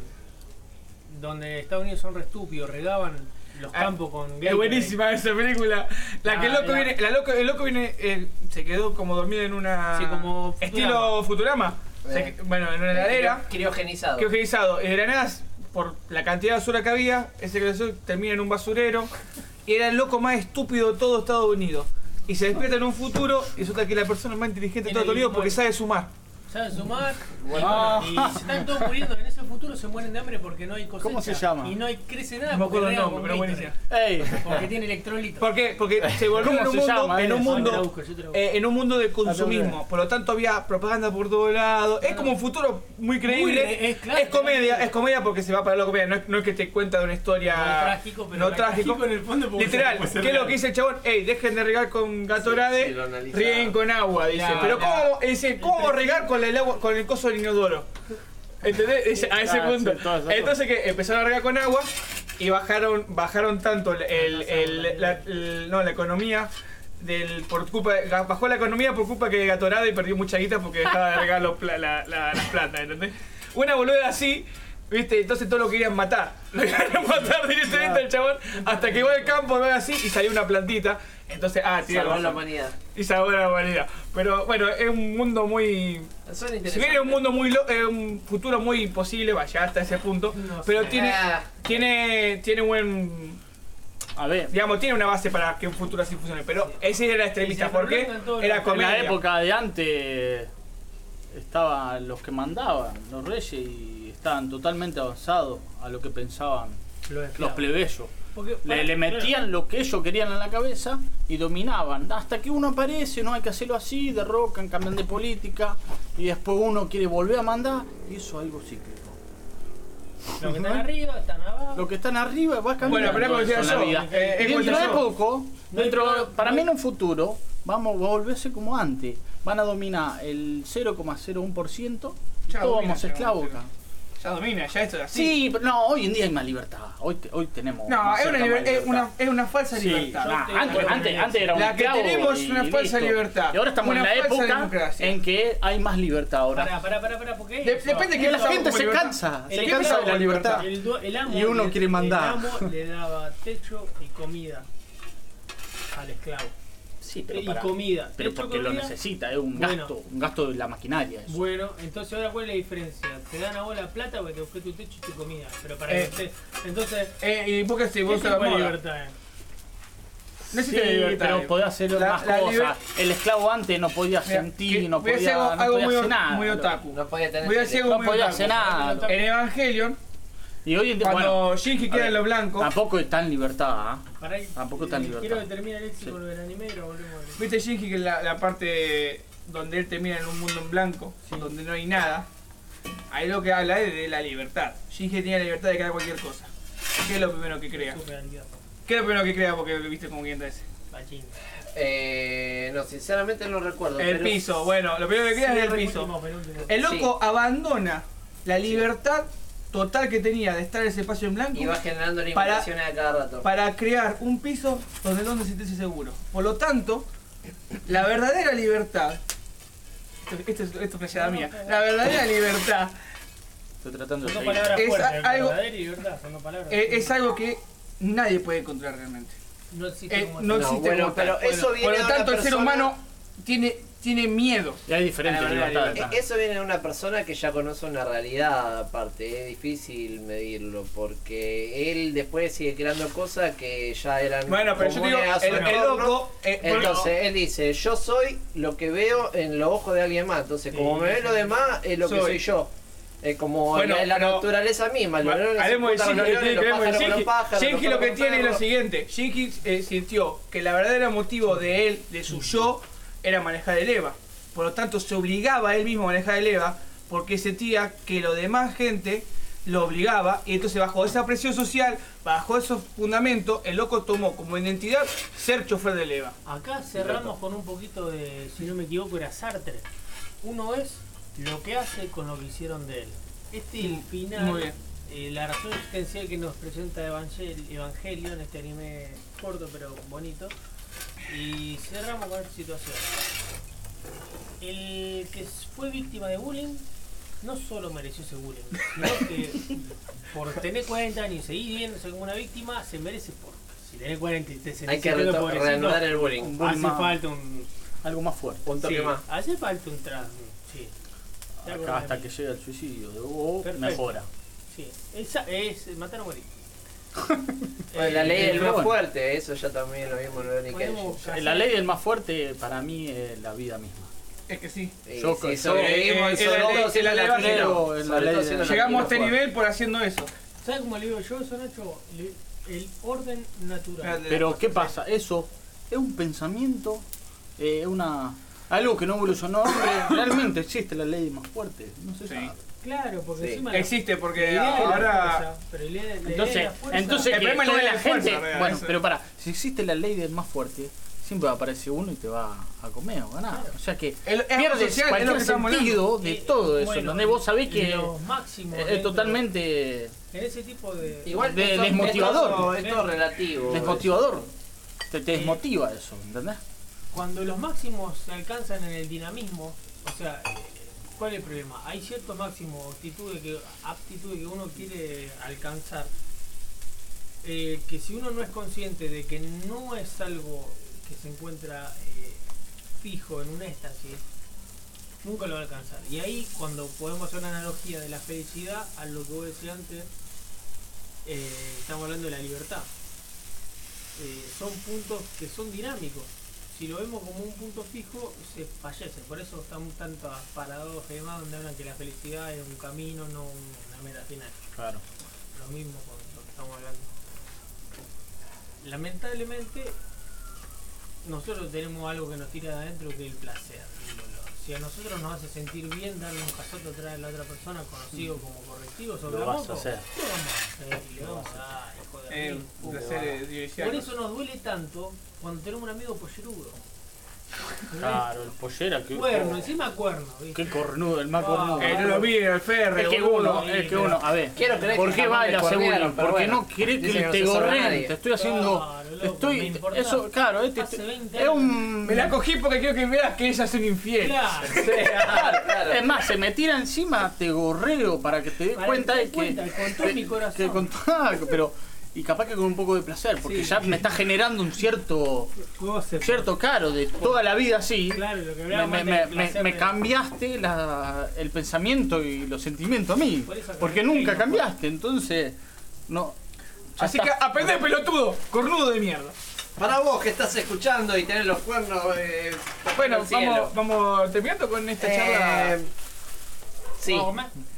donde Estados Unidos son re estúpidos, regaban los Ah, campos con Es Gatorade. buenísima esa película. La que el Ah, loco la- viene, la loco, el loco viene, eh, se quedó como dormido en una. Sí, como Futurama. estilo Futurama. Se Eh. que- bueno, en una heladera. Criogenizado. Criogenizado. Y de la nada, por la cantidad de basura que había, ese creación termina en un basurero. Y era el loco más estúpido de todo Estados Unidos. Y se despierta en un futuro y resulta que la persona más inteligente de Era todo Estados Unidos inhumano. porque sabe sumar. ¿Saben sumar? Bueno. Y, bueno, y se están todos muriendo. En ese futuro se mueren de hambre porque no hay cosecha. ¿Cómo se llama? Y no hay, crece nada. No me porque acuerdo el regan nombre, con pero buenísimo. Gatorade, ¡Ey! Porque tiene electrolitos. ¿Por qué? Porque se volvió ¿Cómo en un se mundo, llama en un eso? Yo te la mundo busco, yo te la busco. eh, en un mundo de Ah, consumismo. Por lo tanto había propaganda por todos lados. Es como un futuro muy creíble. Muy, eh, es, es claro, comedia, claro. es comedia porque se va para la comedia. No es, no es que te cuenta de una historia. No es trágico, pero no es trágico. trágico en el fondo porque Literal, puede ser ¿qué es lo real. que dice el chabón? Ey, dejen de regar con gatorade, Sí, sí, lo analiza. rieguen con agua, dice. Claro, Pero claro. cómo, dice, ¿cómo regar con el agua, con el coso del inodoro? ¿Entendés? Dice, a ese Ah, punto. sí, todo eso. Entonces que empezaron a regar con agua y bajaron, bajaron tanto el, Ah, el- el- la, el- no, la economía del por culpa de- bajó la economía por culpa que Gatorade perdió mucha guita porque dejaba de regar los pla- la- la- las plantas, ¿entendés? Una boluda así, viste, entonces todos lo querían matar. <laughs> Lo querían matar directamente al chabón hasta que va al campo, va así y salió una plantita. Entonces, ah, tío. Salvó la humanidad. Y salvó la humanidad. Pero bueno, es un mundo muy Suena interesante. si bien es un mundo muy lo- eh, un futuro muy imposible, vaya hasta ese punto, No pero sé. tiene Ah. tiene tiene buen A ver, digamos, tiene una base para que un futuro así funcione, pero ese era Y extremista se lo porque arruinan todos era los- en comedia. la época de antes estaban los que mandaban, los reyes, y estaban totalmente avanzados a lo que pensaban los esclavos. plebeyos. Porque- Le, le metían lo que ellos querían en la cabeza y dominaban. Hasta que uno aparece, no hay que hacerlo así, derrocan, cambian de política y después uno quiere volver a mandar y eso es algo cíclico. Los que están arriba, están abajo. Lo que están arriba va Bueno, cambiando pero es como eso decía en la yo, vida. eh, Y es como dentro decía de yo. poco, No hay dentro, claro- para no mí hay- en un futuro, vamos va a volverse como antes. Van a dominar el 0,01% y Ya todos domina, vamos ya esclavos domina. acá. Ya domina, ya esto es así. Sí, pero no, hoy en día hay más libertad. Hoy, te- hoy tenemos. No, más es una, cerca liber- más es una libertad. es una falsa Sí, libertad. nah, Yo antes, tengo- antes, antes era un La que esclavo tenemos es una y falsa listo. libertad. Y ahora estamos Una en la falsa época democracia. en que hay más libertad ahora. Pará, pará, pará, pará, porque De- depende Y que la pensamos gente como se libertad. cansa, El se que cansa de pensamos la como libertad. El, du- el amo Y uno le- quiere mandar. El amo le daba techo y comida al esclavo. Sí, y pero pará. comida. Pero Techo, porque lo comida. necesita, es un Bueno. gasto, un gasto de la maquinaria. eso. Bueno, entonces ahora cuál es la diferencia. Te dan a vos la plata para que busques tu techo y tu comida. Pero para Eh. que usted. Entonces, Eh, y vos que si ¿qué vos tipo de moda. libertad es? No Sí, existe libertad. pero eh. podía hacer La- más la liber- cosas. El esclavo antes no podía Mira, sentir, que- no voy a podía, hacer algo, no algo podía muy, hacer nada. muy otaku. No podía tener. Voy a hacer algo No muy podía otaku. hacer nada. En Evangelion, Y hoy en día, cuando bueno, Shinji a queda ver, en lo blanco, tampoco está en libertad. ¿ah? Pará, que- Tampoco tan eh, libertad. Quiero que termine el éxito con del anime y lo volvemos a ver. Viste Shinji que la, la parte donde él termina en un mundo en blanco, donde no hay nada, ahí lo que habla es de la libertad. Shinji tenía la libertad de crear cualquier cosa. ¿Qué es lo primero que crea? Su realidad. ¿Qué es lo primero que crea? Porque lo viste como quien ese. Pachín. Eh, no, sinceramente no recuerdo. El pero- piso, bueno, lo primero que crea es el Último, piso. penúltimo. El loco abandona la libertad total que tenía de estar en ese espacio en blanco Y va generando Para- limitaciones a cada rato. para crear un piso donde donde sentirse seguro. Por lo tanto, la verdadera libertad. Esto, esto, es- esto es playada mía. La verdadera libertad Estoy tratando de Son dos seguir. palabras Es fuertes. algo- verdadero y verdad, son dos palabras. eh, es algo que nadie puede controlar realmente. No existe Eh, como no tal. existe bueno, como tal. pero eso Por lo- viene Por de lo una tanto, el ser persona- humano tiene, tiene miedo. Y hay diferentes A la verdadera libertades. libertad. acá. E- Eso viene de una persona que ya conoce una realidad aparte, es difícil medirlo, porque él después sigue creando cosas que ya eran Bueno, pero yo te digo, comunes a su el, el entorno. loco. eh, bueno, Entonces, él dice, yo soy lo que veo en los ojos de alguien más, entonces como me ven los demás, es lo que Soy. soy yo. Es como Bueno, la, la pero- naturaleza misma, los leones se Hablemos de juntan Shinji, con los tiene que leones, los ver con pájaros con los Shinji. pájaros, los Shinji lo que perros con tiene es los lo perros. siguiente. Shinji eh, sintió que el verdadero motivo de él, de su yo, era manejar el EVA. Por lo tanto, se obligaba a él mismo a manejar el EVA porque sentía que lo demás gente lo obligaba y entonces bajo esa presión social, bajo esos fundamentos, el loco tomó como identidad ser chofer del EVA. Acá cerramos con un poquito de, si no me equivoco, era Sartre. Uno es lo que hace con lo que hicieron de él. Este el final, muy bien. eh, la razón existencial que nos presenta Evangel Evangelion, este anime corto pero bonito. Y cerramos con esta situación. El que fue víctima de bullying no solo mereció ese bullying, sino que <laughs> por tener 40 años y seguir viéndose como una víctima, se merece por. Si tenés 40 y te sentís Hay que siendo reto- pobrecito, reanudar el bullying. bullying Hace más- falta un. Algo más fuerte. Un toque sí, más. Hace falta un trans. Sí. Ya Acá acordás hasta de que mí. llega el suicidio de Hugo, Perfecto. mejora. Sí. Esa es matar o morir. Bueno, la ley Eh, del pero más <laughs> bueno. fuerte, eso ya también lo vimos en Verónica Podemos Cage. buscar- La ley del más fuerte para mí es la vida misma. Es que sí. Y Yo si creo- somos- eh, vivimos eh, sobre la todo ley- siendo la ley latinos, bajonero, la sobre ley todo de- siendo Llegamos a este latinos, nivel por haciendo eso. ¿Sabes cómo le digo yo eso, Nacho? Le- el orden natural. Pero ¿qué pasa? Eso es un pensamiento, eh, una algo que no evolucionó. <coughs> eh, Realmente existe la ley más fuerte. No sé Sí. Claro, porque Sí. encima. la- Existe la porque idea de la ahora... fuerza, pero la idea- la idea de la Entonces, fuerza- entonces El que problema es la toda ley la de fuerza, gente. en realidad, bueno, eso. pero para, si existe la ley del más fuerte, siempre va a aparecer uno y te va a comer o ganar. O sea que El- es social, pierdes es lo cualquier que estamos sentido de Eh, todo eso, bueno, donde vos sabés que Los máximos. es- es dentro- totalmente En ese tipo de. Igual De- esto- desmotivador. esto Es todo <laughs> relativo. desmotivador. Te, te desmotiva eso, ¿entendés? cuando los máximos se alcanzan en el dinamismo, o sea, ¿cuál es el problema? Hay ciertos máximos, actitudes que, aptitudes que uno quiere alcanzar, eh, que si uno no es consciente de que no es algo que se encuentra eh, fijo en un éxtasis, nunca lo va a alcanzar. Y ahí cuando podemos hacer una analogía de la felicidad a lo que vos decías antes, eh, estamos hablando de la libertad. Eh, son puntos que son dinámicos. Si lo vemos como un punto fijo, se fallece. Por eso están tantas paradojas y demás donde hablan que la felicidad es un camino, no un- una meta final. Claro. Lo mismo con lo que estamos hablando. Lamentablemente, nosotros tenemos algo que nos tira de adentro que es el placer. el dolor. Si a nosotros nos hace sentir bien darle un casote atrás de la otra persona, conocido como correctivo, sobre Mm. Lo la vas a moto, hacer. lo vamos a hacer y le vamos a dar, hijo de Eh, mil un puta. placer, eh, dirigir Por algo. eso nos duele tanto cuando tenemos un amigo <laughs> pollerudo. Ah, Claro, el pollera que. Cuerno, encima cuerno, ¿viste? Qué cornudo, el más cornudo. Eh, no lo miren al ferre, Es que boludo. uno, es que uno, a ver, Quiero creer ¿por que qué jamás me baila corrieron, seguro? pero Porque bueno. no quiere que Dicen que no te se sobra nadie. gorreen, te estoy haciendo, Claro, te loco, me estoy, importa. eso, claro, este, Hace 20 es años. un, Me la cogí porque quiero que veas que ella es un infiel. Claro. <laughs> Claro, claro. es más, se me tira encima, te gorreo para que te des Para cuenta que te de des que, cuenta, con todo que- mi corazón. que con todo- pero, y capaz que con un poco de placer, porque Sí. ya me está generando un cierto, Goce, cierto caro de toda la vida así. Claro, lo que Me, hablábamos me- antes me- del me- placer me de- cambiaste la- el pensamiento y los sentimientos a mí, Por eso porque cambié, nunca ¿no? cambiaste, entonces, no. ya Así está. que aprende pelotudo, cornudo de mierda. Para vos que estás escuchando y tenés los cuernos. eh, Bueno, al cielo. vamos, vamos terminando con esta Eh, charla. sí. ¿Vamos a comer?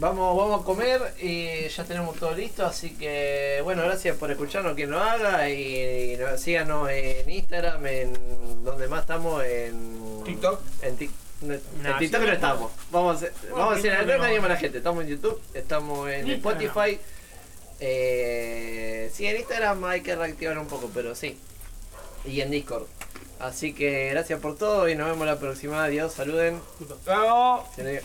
Vamos, vamos a comer y ya tenemos todo listo, así que bueno, gracias por escucharnos quien lo haga y, no- síganos en Instagram, en donde más estamos, en TikTok. En, Tik- no, en Nah, TikTok sí, no no. estamos. Vamos a hacer, Bueno, vamos a hacer TikTok algo que no. anima a la gente. Estamos en YouTube, estamos en Instagram. Spotify. Eh, sí, en Instagram hay que reactivar un poco, pero sí. Y en Discord. Así que gracias por todo y nos vemos la próxima. Adiós, saluden. Vamos. Se le-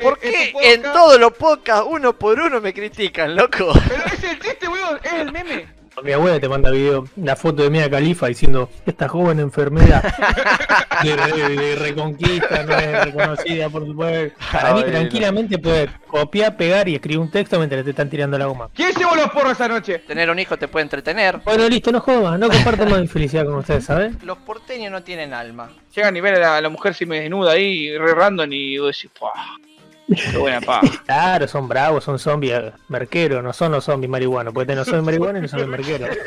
¿Por Eh, qué en todos los podcasts uno por uno me critican, loco? Pero es el chiste, weón, es el meme. Mi abuela te manda video, la foto de Mia Califa diciendo, esta joven enfermera <laughs> de, re- de reconquista no es reconocida por su poder. Para mí Bueno. tranquilamente puedes copiar, pegar y escribir un texto mientras te están tirando la goma. ¿Quién llevó los porros esa noche? Tener un hijo te puede entretener. Bueno, listo, no jodas, no comparto más infelicidad con ustedes, ¿sabes? Los porteños no tienen alma. Llegan y ven a la, la mujer si me desnuda ahí, re random, y vos decís, ¡pah! Qué buena paja. Claro, eh, son bravos, son zombies, merqueros, no son los zombies marihuanos, porque no son marihuanos y no son los merqueros.